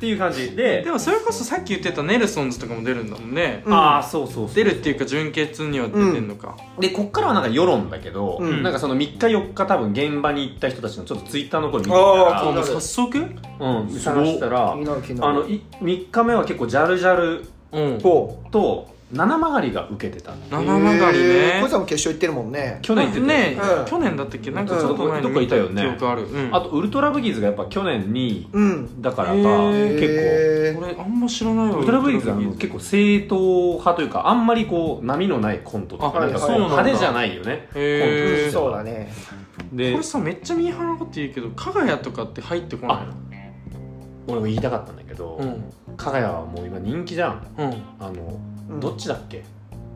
[SPEAKER 2] ていう感じで
[SPEAKER 1] でもそれこそさっき言ってたネルソンズとかも出るんだもんね、
[SPEAKER 3] うん
[SPEAKER 2] ああそうそうそう
[SPEAKER 1] 出るっていうか純潔には出てんのか、
[SPEAKER 2] でこっからはなんか世論だけど、
[SPEAKER 3] うん
[SPEAKER 2] なんかその3日4日多分現場に行った人たちのちょっとツイッターの声見てた
[SPEAKER 3] あ
[SPEAKER 1] あ
[SPEAKER 3] ー
[SPEAKER 1] も
[SPEAKER 2] ら
[SPEAKER 1] う早速
[SPEAKER 2] うん探した
[SPEAKER 3] 気
[SPEAKER 2] ら
[SPEAKER 3] になる気にな
[SPEAKER 2] あの
[SPEAKER 3] る
[SPEAKER 2] い3日目は結構ジャルジャル
[SPEAKER 1] うん
[SPEAKER 3] ほう
[SPEAKER 2] と七曲りが受けてた
[SPEAKER 1] 七曲がり
[SPEAKER 3] へー
[SPEAKER 1] ね
[SPEAKER 3] こいつはもう決勝行ってるもんね
[SPEAKER 2] 去年行ってたよ
[SPEAKER 1] ね、
[SPEAKER 3] うん
[SPEAKER 1] 去年だったっけなんか
[SPEAKER 3] うん
[SPEAKER 1] ちょっと前に
[SPEAKER 2] どっかいたよね
[SPEAKER 1] 記憶ある、うん、
[SPEAKER 2] あとウルトラブギーズがやっぱ去年2
[SPEAKER 3] うん
[SPEAKER 2] 位だからか
[SPEAKER 1] へ
[SPEAKER 2] 結
[SPEAKER 1] ー
[SPEAKER 2] 構
[SPEAKER 3] へー
[SPEAKER 1] 俺あんま知らないわ
[SPEAKER 2] ウルトラブギーズはあの
[SPEAKER 1] ウルト
[SPEAKER 2] 結構正統派というかあんまりこう波のないコントとか
[SPEAKER 1] あ
[SPEAKER 2] なんかこう
[SPEAKER 3] はいはい
[SPEAKER 2] 派手じゃないよね
[SPEAKER 1] ラブギーズへ
[SPEAKER 2] 構
[SPEAKER 1] え
[SPEAKER 3] そうだね
[SPEAKER 2] で
[SPEAKER 1] これさめっちゃミーハーなこと言うけど加賀谷とかって入ってこないの
[SPEAKER 2] 俺も言いたかったんだけど
[SPEAKER 1] うん
[SPEAKER 2] 加賀谷はもう今人気じゃん
[SPEAKER 1] うん
[SPEAKER 2] あの
[SPEAKER 3] うん
[SPEAKER 2] どっちだっけ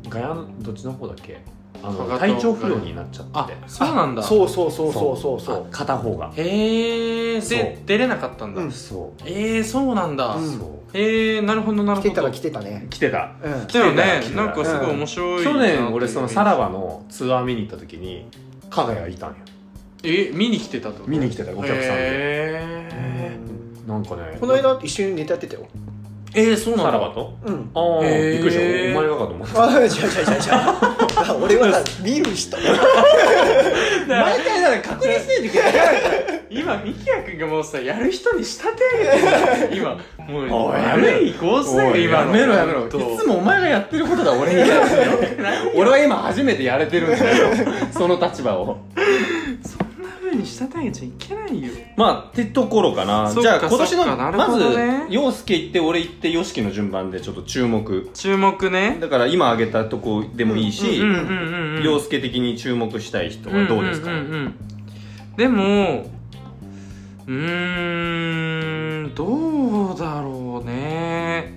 [SPEAKER 2] ガヤのどっちの方だっけあ
[SPEAKER 1] 加賀
[SPEAKER 2] の
[SPEAKER 1] と
[SPEAKER 2] 体調不良になっちゃっ
[SPEAKER 1] あ
[SPEAKER 2] て
[SPEAKER 1] そうなんだ
[SPEAKER 3] そうそうそうそうそうそう
[SPEAKER 2] あ片方が
[SPEAKER 1] へえで
[SPEAKER 2] そう
[SPEAKER 1] 出れなかったんだ、
[SPEAKER 3] うん
[SPEAKER 2] そ
[SPEAKER 1] えー、そうなんだ、
[SPEAKER 2] う
[SPEAKER 3] うん
[SPEAKER 2] そ
[SPEAKER 1] えー、なるほどなるほ
[SPEAKER 3] 来
[SPEAKER 1] ど
[SPEAKER 3] てたら来てたね
[SPEAKER 2] う来てた
[SPEAKER 3] うん
[SPEAKER 1] だよね
[SPEAKER 2] 来てた
[SPEAKER 1] なんかすごい面白いな
[SPEAKER 2] 去
[SPEAKER 1] っていう
[SPEAKER 2] 年俺そのさらばのツアー見に行った時に加賀谷いたんよ
[SPEAKER 1] え見に来てたってこと
[SPEAKER 2] 見に来てたよお客さんで
[SPEAKER 1] へ
[SPEAKER 2] なんかね
[SPEAKER 3] この間一緒にネタやってたよ
[SPEAKER 1] ーえー、そうなん
[SPEAKER 2] さ
[SPEAKER 1] だ
[SPEAKER 2] らばと
[SPEAKER 3] うん
[SPEAKER 2] ああ
[SPEAKER 1] へー
[SPEAKER 2] びっくりしたお前がかと思った
[SPEAKER 3] あ違う違う違う違う *laughs* 俺は見る人
[SPEAKER 1] 毎回だから確認しないといけない今ミキヤ君がもうさやる人に仕立て上げてる今もう
[SPEAKER 2] おいやめろ
[SPEAKER 1] 悪い構成よ今の
[SPEAKER 2] い
[SPEAKER 1] ほんと
[SPEAKER 2] *laughs* つもお前がやってることだ俺にやる俺は今初めてやれてるんだよその立場を
[SPEAKER 1] そんな風に仕立て上げちゃいけないよ
[SPEAKER 2] まあってところかな
[SPEAKER 1] そっか
[SPEAKER 2] じゃあ今年
[SPEAKER 1] そ
[SPEAKER 2] の
[SPEAKER 1] っかなる
[SPEAKER 2] ま
[SPEAKER 1] ほ
[SPEAKER 2] ず
[SPEAKER 1] どね
[SPEAKER 2] 陽介行って俺行ってよしきの順番でちょっと注目
[SPEAKER 1] 注目ね
[SPEAKER 2] だから今挙げたとこでもいいし
[SPEAKER 1] うんうんうんうん
[SPEAKER 2] 陽介的に注目したい人はどうですか
[SPEAKER 1] ん
[SPEAKER 2] ね
[SPEAKER 1] んんうんでもうーんどうだろうね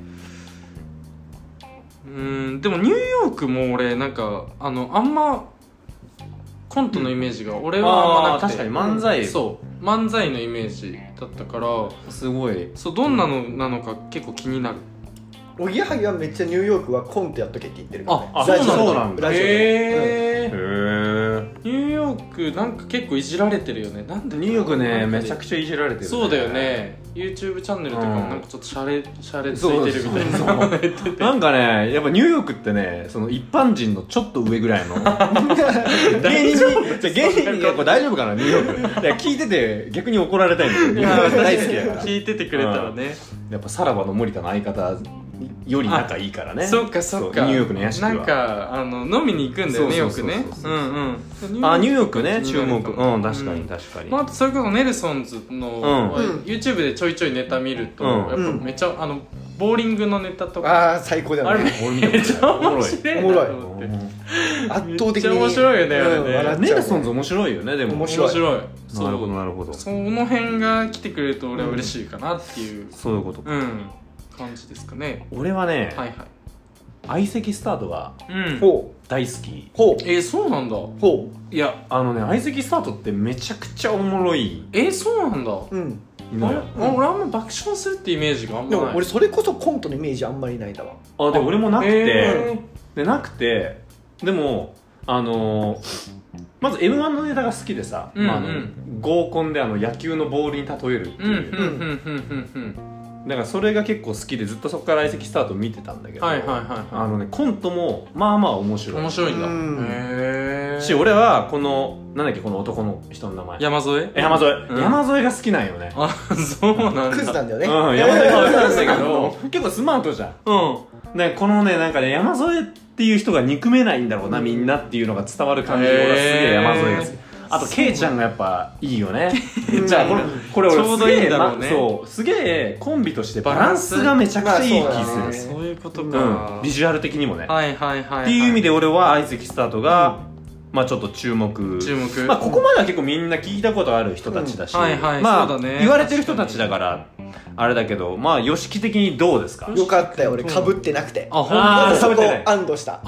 [SPEAKER 1] でもニューヨークも俺なんかあのあんまコントのイメージが俺はあんま
[SPEAKER 2] あ
[SPEAKER 1] な
[SPEAKER 2] ー
[SPEAKER 1] くて
[SPEAKER 2] 確かに漫才
[SPEAKER 1] そう漫才のイメージだったから
[SPEAKER 2] すごい
[SPEAKER 1] そうどんなのなのか結構気になる
[SPEAKER 3] おぎやはぎはめっちゃニューヨークはコントやっとけって言ってるから、ね、
[SPEAKER 2] ああ
[SPEAKER 3] 在地の
[SPEAKER 2] そうなんだ
[SPEAKER 3] ラジオで、
[SPEAKER 1] へ
[SPEAKER 2] へ
[SPEAKER 1] え
[SPEAKER 2] え
[SPEAKER 1] ニューヨークなんか結構いじられてるよねなんで
[SPEAKER 2] ニューヨークね
[SPEAKER 1] なんで
[SPEAKER 2] めちゃくちゃいじられてる、
[SPEAKER 1] そうだよね YouTube チャンネルとかもなんかちょっとシャレシャレついてるみたい
[SPEAKER 2] そうそう
[SPEAKER 1] な言ってて
[SPEAKER 2] なんかねやっぱニューヨークってねその一般人のちょっと上ぐらい *laughs* の芸人にじゃあ芸人にやっぱ大丈夫かなニューヨークいや聞いてて逆に怒られ *laughs* たいんだけどニューヨーク大好きやから
[SPEAKER 1] 聞いててくれたらね
[SPEAKER 2] やっぱさらばの森田の相方より仲いいからね
[SPEAKER 1] そっかそっか
[SPEAKER 2] ニューヨークの屋敷は
[SPEAKER 1] なんかあの飲みに行くんだよね
[SPEAKER 2] そう
[SPEAKER 1] よ
[SPEAKER 2] そ
[SPEAKER 1] く
[SPEAKER 2] うそうそう
[SPEAKER 1] ねうんうん
[SPEAKER 2] あニュ
[SPEAKER 1] ー
[SPEAKER 2] ーヨークね
[SPEAKER 1] 気
[SPEAKER 2] 注
[SPEAKER 1] にな
[SPEAKER 2] 目
[SPEAKER 1] るかも
[SPEAKER 2] うん確か
[SPEAKER 1] う
[SPEAKER 2] に
[SPEAKER 1] ん
[SPEAKER 2] 確かに、
[SPEAKER 1] まあ、あとそれこそネルソンズの、
[SPEAKER 2] うん
[SPEAKER 1] YouTube でちょいちょいネタ見ると、
[SPEAKER 2] うん
[SPEAKER 1] やっぱめちゃあのボーリングのネタとか
[SPEAKER 3] ああ最高だ
[SPEAKER 1] あ
[SPEAKER 3] よ
[SPEAKER 1] れ
[SPEAKER 3] ね
[SPEAKER 2] 俺見たことない
[SPEAKER 1] めっちゃ面白いなと思って
[SPEAKER 3] 圧倒的に
[SPEAKER 1] めっちゃ面白いよねあれね
[SPEAKER 3] うん笑っちゃう
[SPEAKER 2] ネルソンズ面白いよねでも
[SPEAKER 3] 面
[SPEAKER 1] 面白いそう
[SPEAKER 2] なるほどなるほど
[SPEAKER 1] その辺が来てくれると俺は嬉しいかなっていう、
[SPEAKER 2] そういうこと
[SPEAKER 1] うん感じですかね
[SPEAKER 2] 俺はね
[SPEAKER 1] はいはい
[SPEAKER 2] 相席スタートが
[SPEAKER 1] うん
[SPEAKER 3] ほう
[SPEAKER 2] 大好き
[SPEAKER 3] ほう
[SPEAKER 1] えー、そうなんだ
[SPEAKER 3] ほ
[SPEAKER 1] いや
[SPEAKER 2] あのね相席スタートってめちゃくちゃおもろい
[SPEAKER 1] えー、そうなんだ、
[SPEAKER 3] ううん
[SPEAKER 2] の
[SPEAKER 1] あれ
[SPEAKER 2] よ
[SPEAKER 1] あ俺あんま爆笑するってイメージがあん
[SPEAKER 3] で
[SPEAKER 1] まな
[SPEAKER 3] も
[SPEAKER 1] い
[SPEAKER 3] 俺それこそコントのイメージあんまりないだわ
[SPEAKER 2] あでも俺もなくて、
[SPEAKER 1] え
[SPEAKER 2] でなくてでもあのーまず m 1のネタが好きでさ、
[SPEAKER 1] うんうん
[SPEAKER 2] まあ、あの合コンであの野球のボールに例えるって
[SPEAKER 1] ーうんうん
[SPEAKER 2] いう、
[SPEAKER 1] うんうんうん
[SPEAKER 2] だからそれが結構好きでずっとそこから相席スタート見てたんだけ
[SPEAKER 1] うん
[SPEAKER 2] ど、
[SPEAKER 1] はいはいはい
[SPEAKER 2] あ
[SPEAKER 1] は
[SPEAKER 2] のねコントもまあまあ面
[SPEAKER 1] い
[SPEAKER 2] 白い
[SPEAKER 1] 面白いんだ
[SPEAKER 3] うん
[SPEAKER 1] へえ
[SPEAKER 2] し俺はこのなんだっけこの男の人の名前
[SPEAKER 1] 山添
[SPEAKER 2] え山添、
[SPEAKER 1] うん
[SPEAKER 2] 山添が好きなんよね
[SPEAKER 1] あそうなんだ
[SPEAKER 3] クズなんだよね、
[SPEAKER 2] うん、山添が好きなんだけど結構スマートじゃん
[SPEAKER 1] うん
[SPEAKER 2] ね、このねなんかね山添っていう人が憎めないんだろうなみんなっていうのが伝わる感じが俺はすげえ
[SPEAKER 1] へー
[SPEAKER 2] 山添が好きあと
[SPEAKER 1] そう
[SPEAKER 2] ケイちゃんがやっぱいいよね
[SPEAKER 3] うん
[SPEAKER 2] じゃあこれこれ
[SPEAKER 1] ちょ
[SPEAKER 2] 俺
[SPEAKER 1] う
[SPEAKER 2] す
[SPEAKER 1] どいい
[SPEAKER 2] げ
[SPEAKER 1] ん
[SPEAKER 2] え
[SPEAKER 1] だろ
[SPEAKER 2] な
[SPEAKER 1] うね
[SPEAKER 2] そうすげえコンビとしてバ
[SPEAKER 1] バ
[SPEAKER 2] ラ
[SPEAKER 1] ラ
[SPEAKER 2] ン
[SPEAKER 1] ン
[SPEAKER 2] ス
[SPEAKER 1] ス
[SPEAKER 2] がめちゃくちゃいい
[SPEAKER 3] まあそうだ
[SPEAKER 2] 気
[SPEAKER 3] ね
[SPEAKER 2] する
[SPEAKER 1] そういうこと
[SPEAKER 2] うん
[SPEAKER 1] か
[SPEAKER 2] ビジュアル的にもねっ
[SPEAKER 1] はいはいはいは
[SPEAKER 2] ていう意味
[SPEAKER 1] で
[SPEAKER 2] で俺は相席スタートがまあちょっと注目
[SPEAKER 1] 注目
[SPEAKER 2] まあここまでは結構みんな聞いたことある人たちだし
[SPEAKER 1] うんはいはい
[SPEAKER 2] ま
[SPEAKER 1] そ
[SPEAKER 2] あ
[SPEAKER 1] うだね
[SPEAKER 2] 言われてる人たちだからあれだけどまあ YOSHIKI 的にどうですか
[SPEAKER 1] よ
[SPEAKER 3] よかったよ俺かぶってなくて
[SPEAKER 1] あほん
[SPEAKER 2] あー
[SPEAKER 1] と
[SPEAKER 3] そ
[SPEAKER 2] 食べ
[SPEAKER 3] こ
[SPEAKER 2] てない
[SPEAKER 3] 安堵した
[SPEAKER 1] あ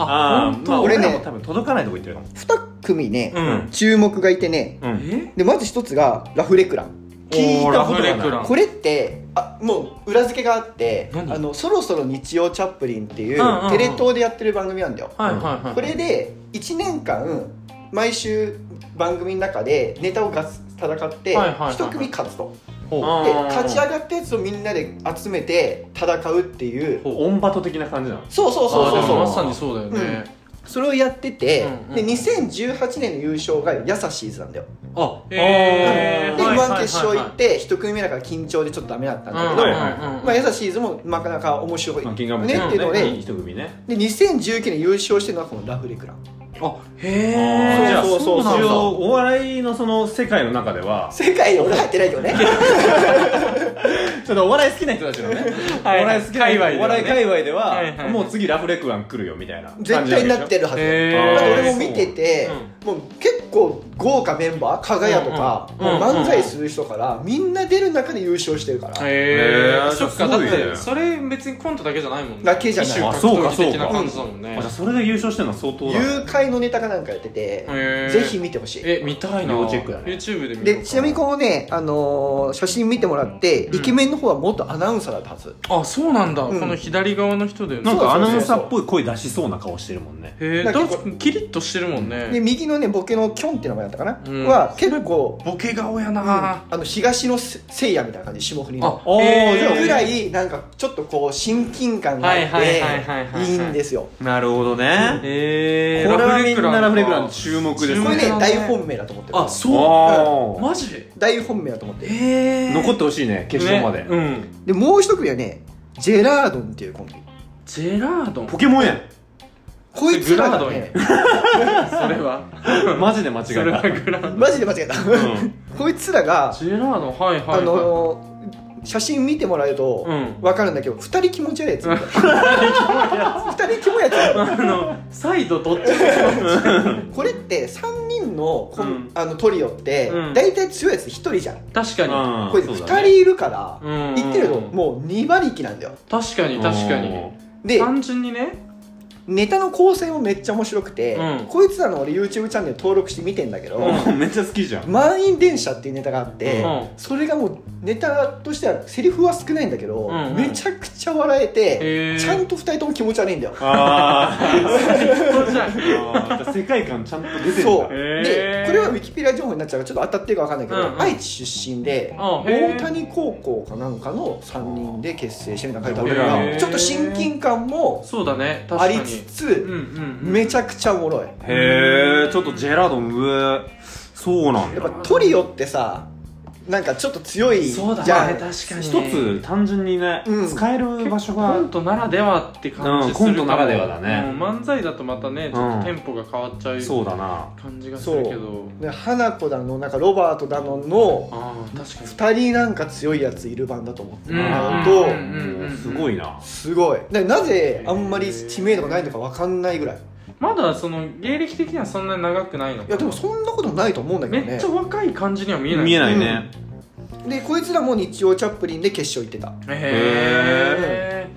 [SPEAKER 2] あ
[SPEAKER 1] ほん
[SPEAKER 2] ー
[SPEAKER 1] と
[SPEAKER 2] まあ俺
[SPEAKER 3] 俺ね
[SPEAKER 2] らも多分届かないとこ行ってるかも
[SPEAKER 3] 2組ね、
[SPEAKER 1] うん
[SPEAKER 3] 注目がいてね
[SPEAKER 2] うん
[SPEAKER 1] え
[SPEAKER 3] でまず一つがラフレクラン
[SPEAKER 2] 聞いたことがない
[SPEAKER 1] おーラフレクラン
[SPEAKER 3] これってあもう裏付けがあって「
[SPEAKER 1] 何
[SPEAKER 3] あのそろそろ日曜チャップリン」っていう
[SPEAKER 1] うんうんうん
[SPEAKER 3] テレ東でやってる番組なんだよ、
[SPEAKER 1] はいはいはい
[SPEAKER 3] これで1年間毎週番組の中でネタをガス戦って
[SPEAKER 1] はいはいはい
[SPEAKER 3] 一組勝つと
[SPEAKER 1] ほ
[SPEAKER 2] あ
[SPEAKER 3] で
[SPEAKER 2] ー
[SPEAKER 3] 勝ち上がったやつをみんなで集めて戦うっていう
[SPEAKER 1] ほう
[SPEAKER 2] オンバト的な感じなの
[SPEAKER 3] そうそう
[SPEAKER 1] う
[SPEAKER 3] そう
[SPEAKER 1] あ
[SPEAKER 3] そう
[SPEAKER 1] でも
[SPEAKER 3] そ
[SPEAKER 1] ま
[SPEAKER 3] う
[SPEAKER 1] さにそうだよね
[SPEAKER 3] それをやってて
[SPEAKER 1] うんうん
[SPEAKER 3] で2018年の優勝がヤサシーズなんだよ
[SPEAKER 1] あ
[SPEAKER 2] へ
[SPEAKER 1] え
[SPEAKER 2] ー
[SPEAKER 3] で
[SPEAKER 2] はい
[SPEAKER 3] M−1 決勝行って一組目だから緊張でちょっとダメだったんだけど
[SPEAKER 2] はい
[SPEAKER 3] まあ、優しいズもなかなか面白いね
[SPEAKER 2] あ
[SPEAKER 3] っ
[SPEAKER 2] キ
[SPEAKER 3] て
[SPEAKER 2] ン
[SPEAKER 3] い
[SPEAKER 2] グオ
[SPEAKER 3] う
[SPEAKER 2] ブコ
[SPEAKER 3] の
[SPEAKER 2] ント
[SPEAKER 3] で,、
[SPEAKER 2] ね一組ね
[SPEAKER 3] で2019年優勝してるのはこのラフレクラン
[SPEAKER 1] あへえ
[SPEAKER 2] じゃあ
[SPEAKER 3] そうそうそう
[SPEAKER 2] 一応お笑いのその世界の中では
[SPEAKER 3] 世界俺入ってないけどね
[SPEAKER 2] ちょっとお笑い好きな人たちの *laughs* ねお
[SPEAKER 1] はい
[SPEAKER 2] 笑い好きな
[SPEAKER 1] 界隈ではね
[SPEAKER 2] お笑い界隈で
[SPEAKER 1] はいは
[SPEAKER 2] はいもう次ラフレクラン来るよみたいな感じ
[SPEAKER 3] 絶対になってるはず
[SPEAKER 1] へ
[SPEAKER 2] ー
[SPEAKER 3] だって俺も見てて
[SPEAKER 1] そう、
[SPEAKER 3] もう結構豪華メンバー加賀谷とか、
[SPEAKER 1] うんうん
[SPEAKER 3] もう漫才する人からみんな出る中で優勝してるから、
[SPEAKER 1] へ
[SPEAKER 2] へー
[SPEAKER 1] えそっか
[SPEAKER 2] す
[SPEAKER 1] だっ
[SPEAKER 2] ごいね
[SPEAKER 1] てそれ別にコントだけじゃないもんね
[SPEAKER 3] だけじゃない
[SPEAKER 1] 一種格闘技的な感じだもんね
[SPEAKER 2] あじゃあそれで優勝してるのは相当だ
[SPEAKER 3] 誘拐のネタかなんかやってて、
[SPEAKER 1] へー
[SPEAKER 3] ぜひ見てほしい
[SPEAKER 1] え見たいな
[SPEAKER 2] 要チェックだね
[SPEAKER 1] YouTube で見ようか
[SPEAKER 3] でちなみにこのね、あのー写真見てもらって、
[SPEAKER 1] うん
[SPEAKER 3] イケメンの方は元アナウンサーだったはず
[SPEAKER 1] あそうなんだ
[SPEAKER 3] うん
[SPEAKER 1] この左側の人だよ
[SPEAKER 2] な
[SPEAKER 1] ね
[SPEAKER 2] んかアナウンサーっぽい声出しそうな顔してるもんね
[SPEAKER 1] へえ
[SPEAKER 3] なんかこう
[SPEAKER 1] キリッとしてるもん
[SPEAKER 3] で
[SPEAKER 1] ね
[SPEAKER 3] 右のねボケのキョンって名前だったかな、
[SPEAKER 1] うん
[SPEAKER 3] は結構
[SPEAKER 1] ボケ顔や
[SPEAKER 3] うんあの東のせいやみたいな感じ霜降りの
[SPEAKER 1] あ
[SPEAKER 2] おー
[SPEAKER 1] へ
[SPEAKER 2] じゃあ
[SPEAKER 3] ぐら
[SPEAKER 1] い
[SPEAKER 3] いなんかちょっとこう親近感があっ
[SPEAKER 1] はいはいはいはいは
[SPEAKER 3] て
[SPEAKER 1] い
[SPEAKER 3] いいんですよ
[SPEAKER 2] なるほどねこ
[SPEAKER 1] へえ
[SPEAKER 2] れはみんなラフレクラン注目です
[SPEAKER 1] 注
[SPEAKER 3] これ
[SPEAKER 1] 目
[SPEAKER 3] ね
[SPEAKER 1] な
[SPEAKER 3] 大本命だと思ってる
[SPEAKER 1] あそ
[SPEAKER 2] お
[SPEAKER 1] う
[SPEAKER 2] ー
[SPEAKER 1] マジ
[SPEAKER 3] 大本命だと思ってる
[SPEAKER 1] へえ
[SPEAKER 2] 残ってほしいね決勝まで
[SPEAKER 1] ねうん
[SPEAKER 3] でもう一組はねジェラードンっていうコンビ
[SPEAKER 1] ジェラードン
[SPEAKER 2] ポケモンやん *laughs*
[SPEAKER 3] こいつらが
[SPEAKER 1] ジェラ
[SPEAKER 3] ね
[SPEAKER 1] それは
[SPEAKER 2] マジで間違え
[SPEAKER 1] それは
[SPEAKER 2] た
[SPEAKER 1] グラン
[SPEAKER 3] マジで間違えた
[SPEAKER 2] うん
[SPEAKER 3] こいつらが
[SPEAKER 1] ジェラードンはいはいはい
[SPEAKER 3] あのー写真見てもらえると
[SPEAKER 1] うん
[SPEAKER 3] わかるんだけど二人気持ち悪いやつみたいな二人キモいやつ
[SPEAKER 1] あのサイドどっちか
[SPEAKER 3] これって3人のコン
[SPEAKER 1] うん
[SPEAKER 3] あのトリオって
[SPEAKER 1] うん
[SPEAKER 3] 大体強いやつ1人じゃん、
[SPEAKER 1] *laughs* 確かに
[SPEAKER 3] これ2人いるから、
[SPEAKER 1] うん
[SPEAKER 3] 言ってるのもう2馬力なんだよ
[SPEAKER 1] 確かに確かに
[SPEAKER 3] で
[SPEAKER 1] 単純にね
[SPEAKER 3] ネタの構成もめっちゃ面白くて、
[SPEAKER 1] うん
[SPEAKER 3] こいつらの俺 YouTube チャンネル登録して見てんだけど、
[SPEAKER 2] うんめっちゃ好きじゃん
[SPEAKER 3] 満員電車っていうネタがあって、
[SPEAKER 1] うん
[SPEAKER 3] それがもうネタとしてはセリフは少ないんだけど、
[SPEAKER 1] うんうん
[SPEAKER 3] めちゃくちゃ笑えて、
[SPEAKER 1] へえ
[SPEAKER 3] ちゃんと二人とも気持ち悪いんだよ
[SPEAKER 2] あ
[SPEAKER 1] とじゃん
[SPEAKER 2] あ世界観ちゃんと出てるん
[SPEAKER 3] そう
[SPEAKER 2] だ
[SPEAKER 1] へー
[SPEAKER 3] でこれはウィキペディア情報になっちゃうからちょっと当たってるか分かんないけど、
[SPEAKER 1] うんうん
[SPEAKER 3] 愛知出身で
[SPEAKER 1] あへー
[SPEAKER 3] 大谷高校かなんかの3人で結成してみたいな書いてある
[SPEAKER 1] へ
[SPEAKER 3] か
[SPEAKER 1] ー
[SPEAKER 3] らちょっと親近感も
[SPEAKER 1] そうだね確
[SPEAKER 3] あ
[SPEAKER 1] か
[SPEAKER 3] り
[SPEAKER 1] に
[SPEAKER 3] つつ、
[SPEAKER 1] うんうんうん
[SPEAKER 3] めちゃくちゃおもろい
[SPEAKER 2] へえちょっとジェラードン上そうなん
[SPEAKER 3] やっ
[SPEAKER 2] だ
[SPEAKER 3] ぱトリオってさなんかちょっと強い
[SPEAKER 1] そうだ
[SPEAKER 3] じゃ
[SPEAKER 1] ね
[SPEAKER 3] ん
[SPEAKER 1] 確かに
[SPEAKER 2] 一つ単純にね、
[SPEAKER 3] うん
[SPEAKER 2] 使える場所
[SPEAKER 1] コ
[SPEAKER 2] が
[SPEAKER 1] ントならではって感
[SPEAKER 2] うん
[SPEAKER 1] じす
[SPEAKER 2] コン
[SPEAKER 1] るかも、
[SPEAKER 2] トならではだね
[SPEAKER 1] うん漫才だとまたねちょっとテンポが変わっちゃう
[SPEAKER 2] そうだな
[SPEAKER 1] 感じがするけど
[SPEAKER 3] で花子だのなんかロバートだのの
[SPEAKER 1] ああ確かに
[SPEAKER 3] 2人なんか強いやついる番だと思って
[SPEAKER 1] うん
[SPEAKER 3] もらう
[SPEAKER 1] うんうん
[SPEAKER 3] と
[SPEAKER 1] うん
[SPEAKER 2] すごいな
[SPEAKER 3] すごいでなぜあんまり知名度がないのか分かんないぐらい
[SPEAKER 1] まだその芸歴的にはそんなに長くないのか
[SPEAKER 3] いやでもそんなことないと思うんだけど
[SPEAKER 1] めっ
[SPEAKER 3] ね
[SPEAKER 1] ちゃ若い感じには見えない
[SPEAKER 2] 見えないね、
[SPEAKER 3] でこいつらも日曜チャップリンで決勝行ってた
[SPEAKER 1] へえ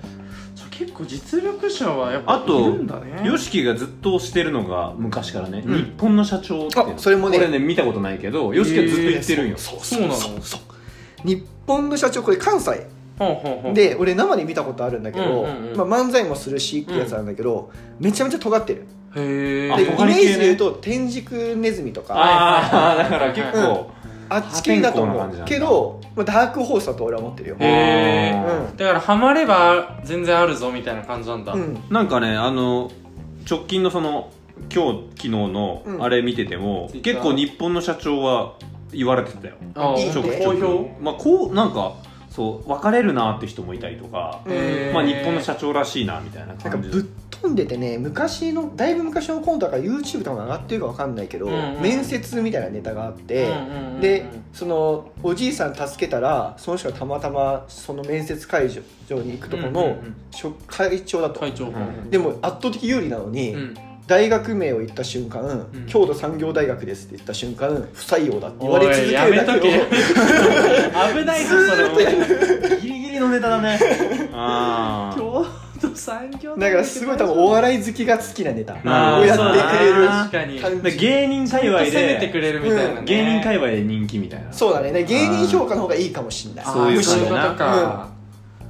[SPEAKER 1] 結構実力者はやっぱ
[SPEAKER 2] あと
[SPEAKER 1] いるんだね
[SPEAKER 2] ヨシキがずっとしてるのが昔からね、
[SPEAKER 1] うん
[SPEAKER 2] 日本の社長っていうの
[SPEAKER 3] あそれもね
[SPEAKER 2] 俺ね見たことないけどヨシキはずっと言ってるんよ、
[SPEAKER 3] そう
[SPEAKER 1] そうなの
[SPEAKER 3] そうそう日本の社長これ関西
[SPEAKER 1] ほうほうほう
[SPEAKER 3] で俺生で見たことあるんだけど、
[SPEAKER 1] うんうんうん
[SPEAKER 3] まあ、漫才もするしってやつなんだけど、めちゃめちゃ尖ってる
[SPEAKER 1] へえ
[SPEAKER 2] あ
[SPEAKER 3] でイ
[SPEAKER 2] 尖り
[SPEAKER 3] メ
[SPEAKER 2] 系
[SPEAKER 3] ー
[SPEAKER 2] ね
[SPEAKER 3] ジでいうと天竺ネズミとか
[SPEAKER 2] ああだから結構、
[SPEAKER 3] あっち系だ
[SPEAKER 2] 破
[SPEAKER 3] と
[SPEAKER 2] 天荒な
[SPEAKER 3] 思
[SPEAKER 2] 感じなん
[SPEAKER 3] う
[SPEAKER 2] だ
[SPEAKER 3] けど、まあ、ダークホースだと俺は思ってるよ、
[SPEAKER 1] へえ
[SPEAKER 2] うん
[SPEAKER 1] だからハマれば全然あるぞみたいな感じなんだ、
[SPEAKER 3] うん、
[SPEAKER 2] なんかねあの直近のその今日昨日の
[SPEAKER 3] うん
[SPEAKER 2] あれ見てても、
[SPEAKER 1] Twitter
[SPEAKER 2] 結構日本の社長は言われてたよ
[SPEAKER 1] ああ
[SPEAKER 3] いいね
[SPEAKER 2] ちょくち
[SPEAKER 1] 好
[SPEAKER 2] ょく
[SPEAKER 1] 評
[SPEAKER 2] まあこうなんかそう別れるなって人もいたりとか、
[SPEAKER 1] へー
[SPEAKER 2] まあ、日本の社長らしいなみたいな
[SPEAKER 3] なんか
[SPEAKER 2] 感じ
[SPEAKER 3] ぶっ飛んでてね昔のだいぶ昔のコントだから YouTube とかも上がってるかわかんないけど、
[SPEAKER 1] うんうん
[SPEAKER 3] 面接みたいなネタがあって、
[SPEAKER 1] うんうんうんうん
[SPEAKER 3] でそのおじいさん助けたらその人がたまたまその面接会場に行くところ
[SPEAKER 1] うんうんう
[SPEAKER 3] の
[SPEAKER 1] ん
[SPEAKER 3] しょ会長だと、
[SPEAKER 1] 会長、
[SPEAKER 2] ん
[SPEAKER 3] でも圧倒的有利なのに、
[SPEAKER 1] うん
[SPEAKER 3] 大学名を言った瞬間、
[SPEAKER 1] ん
[SPEAKER 3] 京都産業大学ですって言った瞬間不採用だって言われ続ける
[SPEAKER 1] おいやめ
[SPEAKER 3] だ
[SPEAKER 1] と
[SPEAKER 3] け
[SPEAKER 1] け
[SPEAKER 3] ど
[SPEAKER 1] 危ないぞそれも
[SPEAKER 2] ギリギリのネタだねああ
[SPEAKER 1] 京都産業
[SPEAKER 3] だからすごい多分お笑い好きが好きなネタ
[SPEAKER 2] あー
[SPEAKER 3] をやってくれる
[SPEAKER 1] 確かに
[SPEAKER 3] 感
[SPEAKER 2] で
[SPEAKER 3] じ
[SPEAKER 2] 芸人界隈
[SPEAKER 1] 攻
[SPEAKER 2] で
[SPEAKER 1] めてくれるみたいな、ね
[SPEAKER 2] 芸人界隈で人気みたいな
[SPEAKER 3] そうだねで芸人評価の方がいいかもしれない
[SPEAKER 1] あー
[SPEAKER 2] そういう
[SPEAKER 3] むし
[SPEAKER 2] 感
[SPEAKER 3] ろ
[SPEAKER 2] じだ
[SPEAKER 1] そ
[SPEAKER 2] な
[SPEAKER 1] ういうことか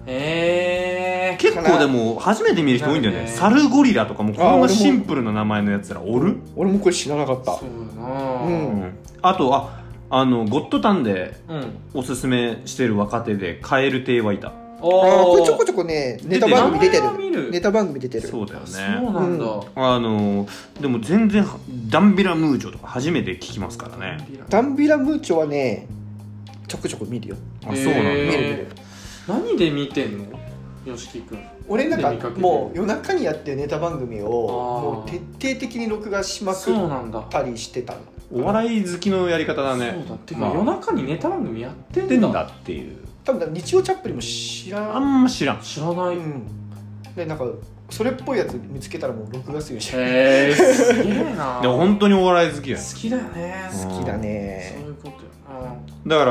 [SPEAKER 1] ええ
[SPEAKER 2] 結構でも初めて見る人多いんだよ
[SPEAKER 1] な
[SPEAKER 2] ね
[SPEAKER 1] んかね
[SPEAKER 2] サルゴリラとかもこん
[SPEAKER 3] あ俺も
[SPEAKER 2] なシンプルな名前のやつらおる
[SPEAKER 3] 俺もこれ知らなかっ
[SPEAKER 1] そうだな
[SPEAKER 3] う
[SPEAKER 2] うんんあとああのゴッドタンで
[SPEAKER 1] うん
[SPEAKER 2] おすすめしてる若手でカエル亭はいた
[SPEAKER 1] お
[SPEAKER 3] あーこれちょこ
[SPEAKER 1] ち
[SPEAKER 3] ちょこねネタ番組出て
[SPEAKER 1] 名前は見る
[SPEAKER 3] るネタ番組出てる
[SPEAKER 2] そうだよね
[SPEAKER 1] そうなんだ、
[SPEAKER 3] う
[SPEAKER 2] あのでも全然はダンビラムーチョとか初めて聞きますからね
[SPEAKER 3] ダンビラムーチョはねちょこちょこ見るよ
[SPEAKER 2] あそうなん
[SPEAKER 1] へ
[SPEAKER 2] だ、
[SPEAKER 1] ー
[SPEAKER 3] 見る見る
[SPEAKER 1] 何で見てんのよしきくん
[SPEAKER 3] 俺な
[SPEAKER 1] 見
[SPEAKER 3] ん
[SPEAKER 1] か
[SPEAKER 3] か
[SPEAKER 1] けてる
[SPEAKER 3] もう夜中にやってるネタ番組をも
[SPEAKER 1] あ
[SPEAKER 3] う
[SPEAKER 1] ー
[SPEAKER 3] 徹底的に録画しまくっ
[SPEAKER 1] そうなんだ
[SPEAKER 3] たりしてたの
[SPEAKER 2] お笑い好きのやり方だね
[SPEAKER 1] そうだってか、
[SPEAKER 2] まあ
[SPEAKER 1] 夜中にネタ番組やってん
[SPEAKER 2] やっ
[SPEAKER 1] だ
[SPEAKER 2] てんだっていう
[SPEAKER 3] 多分日曜チャップリンも知ら
[SPEAKER 2] あ
[SPEAKER 3] ん
[SPEAKER 2] んま知らん
[SPEAKER 1] 知らな
[SPEAKER 3] う
[SPEAKER 1] い、
[SPEAKER 3] んでなんかそれっぽいやつ見つけたらもう録画するよし
[SPEAKER 1] へえすげえな
[SPEAKER 2] *laughs* でも本当にお笑い好きや
[SPEAKER 1] 好きだよね
[SPEAKER 2] うん
[SPEAKER 1] 好
[SPEAKER 3] 好き
[SPEAKER 1] き
[SPEAKER 3] だ
[SPEAKER 1] そう
[SPEAKER 3] ね
[SPEAKER 1] いうことよ、うん、
[SPEAKER 2] だか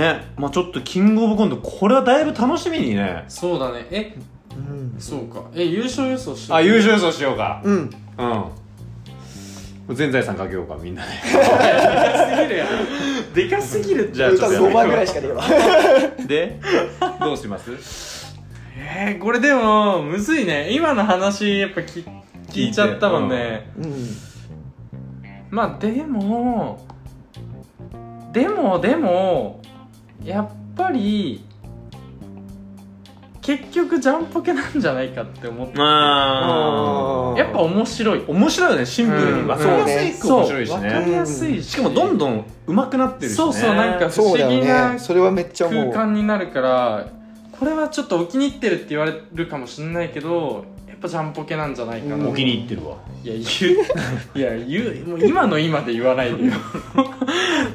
[SPEAKER 2] らねまあちょっとキングオブコントこれはだいぶ楽しみにね
[SPEAKER 1] そうだねえ
[SPEAKER 3] うん
[SPEAKER 1] そうかえ優勝予想して
[SPEAKER 2] あ優勝予想しようか
[SPEAKER 3] うん
[SPEAKER 2] うん全財産かけようかみんなで
[SPEAKER 1] 勝すぎるやんでかすぎる
[SPEAKER 2] じ
[SPEAKER 3] 多
[SPEAKER 2] ゃあちょっとやめと
[SPEAKER 3] 分5
[SPEAKER 2] こ
[SPEAKER 3] 番
[SPEAKER 2] う
[SPEAKER 3] ぐらいしか出ない
[SPEAKER 2] でどうし *laughs* ます
[SPEAKER 1] えー、これでもむずいね今の話やっぱ聞聞いちゃったもんね、
[SPEAKER 3] うん
[SPEAKER 1] まあでもでもでもやっぱり結局ジャンポケなんじゃないかって思って
[SPEAKER 2] あ
[SPEAKER 1] やっぱ面白い
[SPEAKER 2] 面白いよねシンプルに、
[SPEAKER 1] うん
[SPEAKER 2] まあ
[SPEAKER 3] うん
[SPEAKER 2] そこが結構面白いし
[SPEAKER 1] わかり
[SPEAKER 2] ね
[SPEAKER 1] やすいし
[SPEAKER 2] しかもど
[SPEAKER 1] ど
[SPEAKER 2] ん
[SPEAKER 1] ん
[SPEAKER 2] どん上手くなってるし、ね、
[SPEAKER 1] そうそうなんか不
[SPEAKER 3] そ
[SPEAKER 1] 思
[SPEAKER 3] うだ
[SPEAKER 1] 議
[SPEAKER 3] よ
[SPEAKER 1] な
[SPEAKER 3] ねそれはめっちゃ思
[SPEAKER 1] 空
[SPEAKER 3] う
[SPEAKER 1] 間になるからこれはちょっとお気に入ってるって言われるかもしれないけどやっぱジャンポケなんじゃないかな、
[SPEAKER 3] うん
[SPEAKER 2] お気に入ってるわ
[SPEAKER 1] いや言ういや言うもう今の今で言わないでよ、ね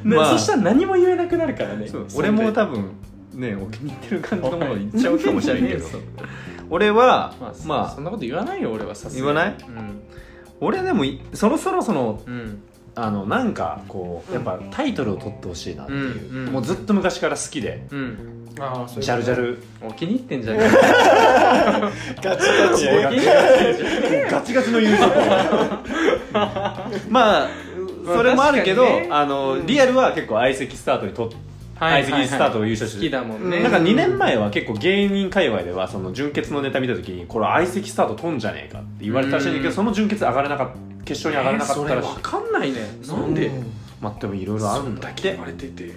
[SPEAKER 2] まあ
[SPEAKER 1] そしたら何も言えなくなるからね
[SPEAKER 2] そう
[SPEAKER 1] それ
[SPEAKER 2] 俺
[SPEAKER 1] で
[SPEAKER 2] も多分ねお気に入ってる感じのもの言っちゃうかもしれないけど
[SPEAKER 1] ねえよ
[SPEAKER 2] *laughs* 俺は
[SPEAKER 1] まあ、
[SPEAKER 2] ま
[SPEAKER 1] そんなこと言わないよ俺はさすがに
[SPEAKER 2] 言わない
[SPEAKER 1] うん
[SPEAKER 2] 俺でもいそろそろその
[SPEAKER 1] うん
[SPEAKER 2] あのなんかこうやっぱタイトルを取ってほしいなっていう、
[SPEAKER 1] うんうん
[SPEAKER 2] もうずっと昔から好きで
[SPEAKER 1] うん
[SPEAKER 3] ああ
[SPEAKER 2] ジャルジャル
[SPEAKER 1] お気に入ってんじゃねえ
[SPEAKER 3] ガチガチ
[SPEAKER 1] お気に入ってんじゃね
[SPEAKER 2] *laughs* ガチガチの友情まあそれもあるけど、
[SPEAKER 1] 確かにね
[SPEAKER 2] あの
[SPEAKER 3] うん
[SPEAKER 2] リアルは結構相席スタートにと
[SPEAKER 1] え
[SPEAKER 2] 相席スタートを優勝し
[SPEAKER 1] 好き
[SPEAKER 2] てる、
[SPEAKER 1] だもんね
[SPEAKER 2] なんか2年前は結構芸人界隈ではその純潔のネタ見た時にこれ相席スタートとんじゃねえかって言われたらしいんだけど、
[SPEAKER 1] うん
[SPEAKER 2] その純潔上がれなかった決勝に上がれなかったらしい、
[SPEAKER 1] えーそれわかんないねなんで
[SPEAKER 2] まあでもいろいろあるんだって
[SPEAKER 1] 言われてて
[SPEAKER 2] っ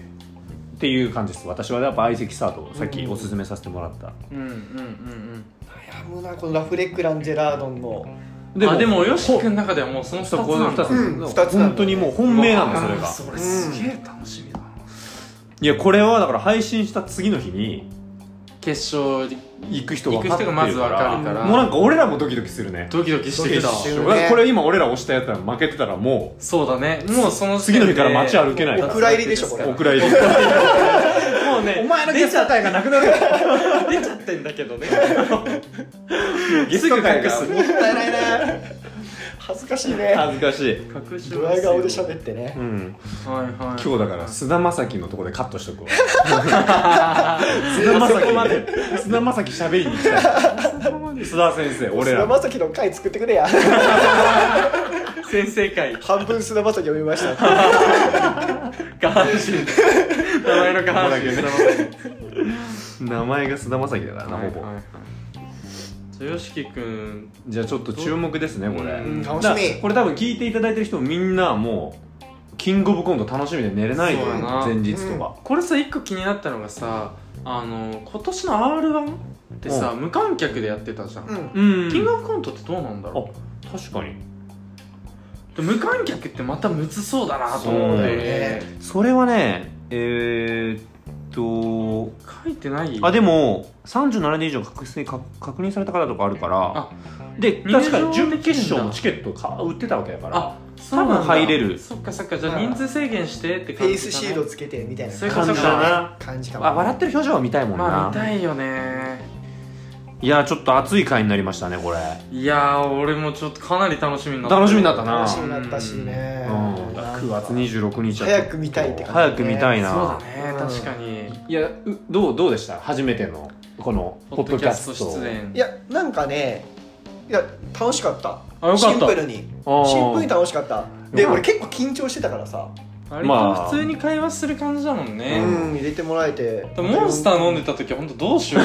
[SPEAKER 2] ていう感じです私はやっぱ相席スタートをさっきおすすめさせてもらった、
[SPEAKER 1] うんうんうん
[SPEAKER 3] 悩むなこのラフレクランジェラードンの
[SPEAKER 1] うんでもあでもよし君の中ではもうその2つ
[SPEAKER 2] そこの
[SPEAKER 1] なんだ
[SPEAKER 2] 2つ、
[SPEAKER 3] うん二つなんだ
[SPEAKER 2] 本当にもう本命なんだそれ
[SPEAKER 1] う
[SPEAKER 2] が
[SPEAKER 1] わそれすげえ楽しみだない
[SPEAKER 2] やこれはだから配信した次の日に
[SPEAKER 1] 決勝
[SPEAKER 2] 行く人分か
[SPEAKER 1] 行
[SPEAKER 2] っ
[SPEAKER 1] く
[SPEAKER 2] て
[SPEAKER 1] 人
[SPEAKER 2] る
[SPEAKER 1] が
[SPEAKER 2] か
[SPEAKER 1] まず分
[SPEAKER 2] ら
[SPEAKER 1] かるから
[SPEAKER 2] もうなんか俺らもドキドキするね
[SPEAKER 1] ドキドキしてきた
[SPEAKER 3] ドキドキしてるね
[SPEAKER 2] これ今俺ら押したやつら負けてたらも
[SPEAKER 1] そうだねもうその
[SPEAKER 2] う次の日から街歩けない
[SPEAKER 3] お蔵入りでしょこれ
[SPEAKER 2] お蔵入り
[SPEAKER 1] もうね
[SPEAKER 2] お前のゲスト会がなくなる
[SPEAKER 1] *laughs* 出ちゃってんだけど
[SPEAKER 2] *laughs*
[SPEAKER 1] ね
[SPEAKER 2] ゲスト会が
[SPEAKER 1] すぐ
[SPEAKER 2] もったいないね *laughs*
[SPEAKER 3] 恥ずかしいね
[SPEAKER 2] 恥ずかしい
[SPEAKER 1] 隠し
[SPEAKER 3] ドヤ顔で喋ってね
[SPEAKER 2] うん
[SPEAKER 1] はいはい
[SPEAKER 2] 今日だから菅田将暉のとこでカットしとくわ
[SPEAKER 1] あそ
[SPEAKER 2] 菅田将暉
[SPEAKER 1] こまで
[SPEAKER 2] 菅田将暉喋りに来たい菅田先生俺
[SPEAKER 3] 菅
[SPEAKER 2] ら
[SPEAKER 3] 田将暉の回作ってくれや *laughs*
[SPEAKER 1] 先生会
[SPEAKER 3] 半分菅田将暉読みました
[SPEAKER 1] 下半身名前の下半身
[SPEAKER 2] ここだ
[SPEAKER 1] ね
[SPEAKER 2] 名前が菅田将暉だからなほぼ
[SPEAKER 1] じゃあよしきくん
[SPEAKER 2] じゃあちょっと注目ですねこれ
[SPEAKER 1] うん
[SPEAKER 3] 楽し
[SPEAKER 2] だ
[SPEAKER 3] み
[SPEAKER 2] これ多分聞いていただいてる人もみんなもうキングオブコント楽しみで寝れないと
[SPEAKER 1] そうだな
[SPEAKER 2] 前日とか、
[SPEAKER 1] これさ一個気になったのがさあの今年の r 1ってさ無観客でやってたじゃん、
[SPEAKER 3] うん
[SPEAKER 2] うん
[SPEAKER 1] キングオブコントってどうなんだろ
[SPEAKER 2] 確かに
[SPEAKER 1] うで無観客ってまたむずそうだなと思
[SPEAKER 2] そう
[SPEAKER 1] っ
[SPEAKER 2] だ
[SPEAKER 1] て、
[SPEAKER 2] よ
[SPEAKER 3] ね
[SPEAKER 2] それはねえー、っと
[SPEAKER 1] 書いてない
[SPEAKER 2] あでも37年以上確実に確確認された方とかあるから
[SPEAKER 1] あ
[SPEAKER 2] で
[SPEAKER 1] 入場
[SPEAKER 2] 確かに準決
[SPEAKER 1] できるん
[SPEAKER 2] 勝
[SPEAKER 1] だ
[SPEAKER 2] のチケットか売ってたわけだから
[SPEAKER 1] あそうなんだ
[SPEAKER 2] 多分入れる
[SPEAKER 1] そっかそっかじゃあ人数制限してって
[SPEAKER 3] フ
[SPEAKER 1] 感
[SPEAKER 3] ェ
[SPEAKER 1] じ
[SPEAKER 3] イスシール
[SPEAKER 1] ド
[SPEAKER 3] ドつけてみたいな
[SPEAKER 1] そういう
[SPEAKER 2] 感じだな
[SPEAKER 3] 感じかも
[SPEAKER 2] あ笑ってる表情は見たいもんな、
[SPEAKER 1] まあ見たいよね
[SPEAKER 2] いやちょっと熱い回になりましたねこれ
[SPEAKER 1] いやー俺もちょっとかなり楽しみになった
[SPEAKER 2] 楽しみになったな
[SPEAKER 3] 楽しみだったしね
[SPEAKER 2] うん、だから9月26日は
[SPEAKER 3] 早く見たいって感じ
[SPEAKER 2] 早く見たいな
[SPEAKER 1] そうだね、
[SPEAKER 3] うん
[SPEAKER 1] 確かに
[SPEAKER 2] いやうどうどうでした初めてのこのポ
[SPEAKER 1] ポ
[SPEAKER 2] ッ
[SPEAKER 1] ッ
[SPEAKER 2] ド
[SPEAKER 1] ド
[SPEAKER 2] キ
[SPEAKER 1] キ
[SPEAKER 2] ャ
[SPEAKER 1] ャ
[SPEAKER 2] スト
[SPEAKER 1] スト出演
[SPEAKER 3] いやなんかねいや楽しかった
[SPEAKER 1] あよかった
[SPEAKER 3] シンプルに
[SPEAKER 2] あー
[SPEAKER 3] シンプルに楽しかったで
[SPEAKER 2] よかっ
[SPEAKER 3] 俺結構緊張してたからさ
[SPEAKER 1] 割
[SPEAKER 2] ま
[SPEAKER 1] と
[SPEAKER 2] あ
[SPEAKER 1] 普通に会話する感じだもん
[SPEAKER 3] う
[SPEAKER 1] ね、
[SPEAKER 3] ん入れてもらえて
[SPEAKER 1] でもモンスター飲んでた時は本当どうしよう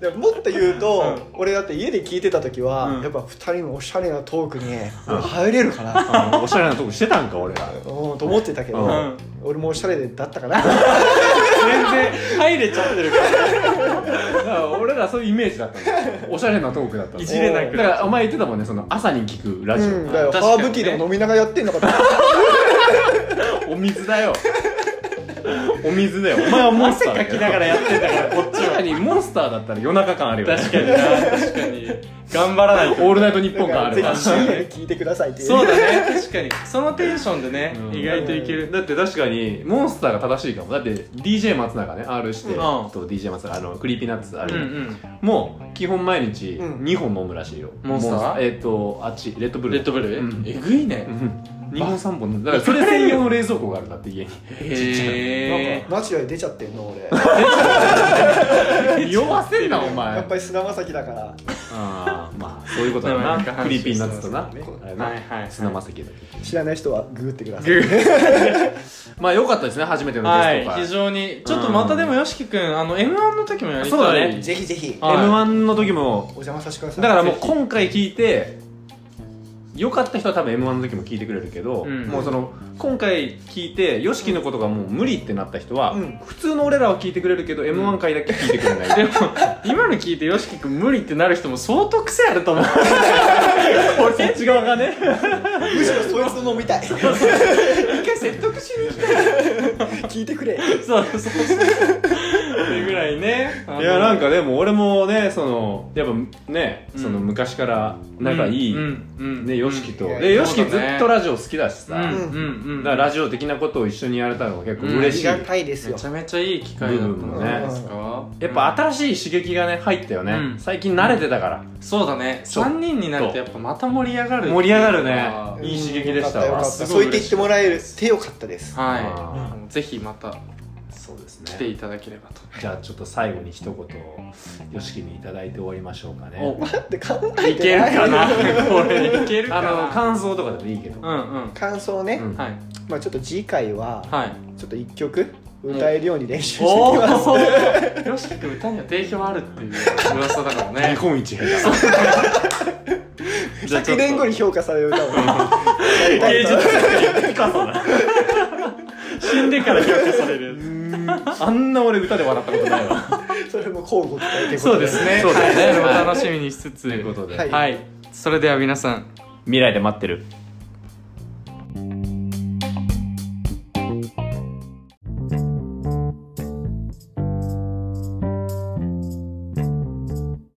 [SPEAKER 3] でもっと言うと、
[SPEAKER 1] う
[SPEAKER 3] 俺だって家で聞いてた時は、
[SPEAKER 1] うん
[SPEAKER 3] やっぱ2人のおしゃれなトークに入れるかな、
[SPEAKER 2] あのおしゃれなとこしてたんか俺ら
[SPEAKER 3] うんと思ってたけど、
[SPEAKER 2] う
[SPEAKER 1] うん
[SPEAKER 3] 俺もおしゃれだったかな
[SPEAKER 1] 全然入れちゃってるから
[SPEAKER 2] だから *laughs* 俺らそういうイメージだったのおしゃれなトークだったの
[SPEAKER 1] いじれなく
[SPEAKER 2] だ
[SPEAKER 1] な
[SPEAKER 2] か
[SPEAKER 1] っ
[SPEAKER 2] らお前言ってたもんねその朝に聞くラ
[SPEAKER 3] う
[SPEAKER 2] ジオ、
[SPEAKER 3] んだよ
[SPEAKER 1] 確かにね
[SPEAKER 3] ハーブティーでも飲みながらやってんのかと思っ
[SPEAKER 2] お水だよお水だよお前はモンスターだよ
[SPEAKER 1] 汗かきながらやってんだからこっち
[SPEAKER 2] 確か
[SPEAKER 1] は
[SPEAKER 2] にモンスターだったら夜中感あるよね
[SPEAKER 1] 確かにな確かに頑張らない
[SPEAKER 2] *laughs*
[SPEAKER 1] と
[SPEAKER 2] オールナイトニッ
[SPEAKER 3] て
[SPEAKER 2] ポン感ある
[SPEAKER 3] ぜ
[SPEAKER 2] わ
[SPEAKER 3] ひ深夜で聞いてくださいっていう
[SPEAKER 1] そうだね確かにそのテンションでね、
[SPEAKER 2] うん
[SPEAKER 1] 意外といける
[SPEAKER 2] だって確かにモンスターが正しいかもだって DJ 松永ね R して、
[SPEAKER 1] うん
[SPEAKER 2] と DJ 松永あのクリーピーナッツあ
[SPEAKER 1] う
[SPEAKER 2] る、
[SPEAKER 1] んうん
[SPEAKER 2] もう基本毎日
[SPEAKER 3] うん
[SPEAKER 2] 2本飲むらしいよ、
[SPEAKER 1] モンスター
[SPEAKER 2] えっ、とあっちレッドブル
[SPEAKER 1] レッドブル、
[SPEAKER 2] うん
[SPEAKER 1] えぐいね
[SPEAKER 2] う、ん2本3本飲むだからそれ専用の冷蔵庫があるんだっ
[SPEAKER 1] *laughs*
[SPEAKER 2] て家に
[SPEAKER 1] へえ
[SPEAKER 3] なんかナチュラルに出ちゃってんの俺
[SPEAKER 2] 酔わせんなお前
[SPEAKER 3] やっぱり菅田将暉だから
[SPEAKER 2] あーまあそういうことだ
[SPEAKER 1] *laughs* なんか
[SPEAKER 2] なクリーピーナッツとな
[SPEAKER 3] 話してます
[SPEAKER 2] あれな
[SPEAKER 1] はいはい
[SPEAKER 2] 砂正樹だっ
[SPEAKER 3] 知らない人はググってください
[SPEAKER 1] グ
[SPEAKER 2] けまあ良かったですね初めてのゲ
[SPEAKER 1] は
[SPEAKER 2] スト
[SPEAKER 1] い
[SPEAKER 2] 会、
[SPEAKER 1] 非常にちょっとまたでもよしきくんあの m 1の時もやりたい
[SPEAKER 2] そうだね
[SPEAKER 3] ぜひぜひ
[SPEAKER 1] はい
[SPEAKER 2] m 1の時も
[SPEAKER 3] お邪魔させてくださ
[SPEAKER 2] だ
[SPEAKER 3] い
[SPEAKER 2] からもう今回聞いて良かった人は多分 m 1の時も聞いてくれるけど、
[SPEAKER 1] うん
[SPEAKER 2] もうその今回聞いて YOSHIKI のことがもう無理ってなった人は、
[SPEAKER 3] うん
[SPEAKER 2] 普通の俺らは聞いてくれるけど m 1回だけ聞いてくれない、
[SPEAKER 1] *laughs* でも今の聞いてよしきくん無理ってなる人も相当癖あると思う
[SPEAKER 2] *laughs* 俺たち側がね
[SPEAKER 3] むしろそいつの飲
[SPEAKER 1] *laughs*
[SPEAKER 3] みたい
[SPEAKER 1] 一回説得しに来て
[SPEAKER 3] 聞いてくれ
[SPEAKER 1] そうそうそうそれぐららいね
[SPEAKER 2] いやなん
[SPEAKER 1] か
[SPEAKER 2] かでも俺もねそのやっぱね、
[SPEAKER 1] うん
[SPEAKER 2] その昔から仲いい、ね
[SPEAKER 1] ね
[SPEAKER 2] よしきと
[SPEAKER 3] いや
[SPEAKER 2] でよし
[SPEAKER 1] そ
[SPEAKER 2] き
[SPEAKER 1] う
[SPEAKER 2] ず
[SPEAKER 1] だね
[SPEAKER 2] っとラジオ好きだしさ、
[SPEAKER 1] うん
[SPEAKER 2] だ
[SPEAKER 1] うんうん
[SPEAKER 2] からラジオ的なことを一緒にやれたのが結構
[SPEAKER 3] あ
[SPEAKER 2] 嬉し
[SPEAKER 3] り
[SPEAKER 2] い、
[SPEAKER 3] がたいです
[SPEAKER 1] め
[SPEAKER 3] よ
[SPEAKER 1] ちゃめちゃいい機会だったんじゃないですか
[SPEAKER 2] やっぱ新しい刺激がね入ったよね、
[SPEAKER 1] うん
[SPEAKER 2] 最近慣れてたから、
[SPEAKER 1] そうだね
[SPEAKER 2] そう
[SPEAKER 1] 3人になるとやっぱまた盛り上がる
[SPEAKER 2] 盛り上がるね
[SPEAKER 1] あー
[SPEAKER 2] いい刺激でしたわ
[SPEAKER 3] よかったよかった
[SPEAKER 1] す
[SPEAKER 3] そ
[SPEAKER 1] ご
[SPEAKER 3] う
[SPEAKER 1] い嬉しい
[SPEAKER 3] 言って言ってもらえる手よかったです
[SPEAKER 1] は
[SPEAKER 2] あ
[SPEAKER 1] いぜひまた
[SPEAKER 2] ーそうです
[SPEAKER 1] 来て
[SPEAKER 2] ね
[SPEAKER 1] いただければと
[SPEAKER 2] じゃあちょっと最後に一言をよしきにいただいて終わりましょうかね
[SPEAKER 1] お
[SPEAKER 3] 待って考えてない
[SPEAKER 1] いけるかな *laughs* これいけるか
[SPEAKER 2] あの
[SPEAKER 1] な
[SPEAKER 2] 感想とかでもいいけど、
[SPEAKER 1] うんうん
[SPEAKER 3] 感想ね、
[SPEAKER 2] うん
[SPEAKER 1] はい
[SPEAKER 3] まあちょっと次回は
[SPEAKER 1] はい
[SPEAKER 3] ちょっと一曲歌えるように練習して
[SPEAKER 1] お
[SPEAKER 3] きます、
[SPEAKER 1] およしき君歌には定評あるっていう噂だからね
[SPEAKER 2] 日本一下手
[SPEAKER 3] *laughs*
[SPEAKER 1] じゃあちょっと
[SPEAKER 3] 100年後に評価される
[SPEAKER 1] *laughs*
[SPEAKER 3] 歌をねやりた
[SPEAKER 2] 芸
[SPEAKER 3] い
[SPEAKER 2] 術
[SPEAKER 3] な
[SPEAKER 2] 的にピカソだ
[SPEAKER 1] *laughs* 死んでから評価される
[SPEAKER 2] あんな俺歌で笑ったことないわ
[SPEAKER 3] それも交互期待ということ
[SPEAKER 1] そうですね
[SPEAKER 2] そうですね
[SPEAKER 1] はいそれも楽しみにしつつ
[SPEAKER 2] ということで、
[SPEAKER 3] はい
[SPEAKER 1] はいそれでは皆さん
[SPEAKER 2] 未来で待ってる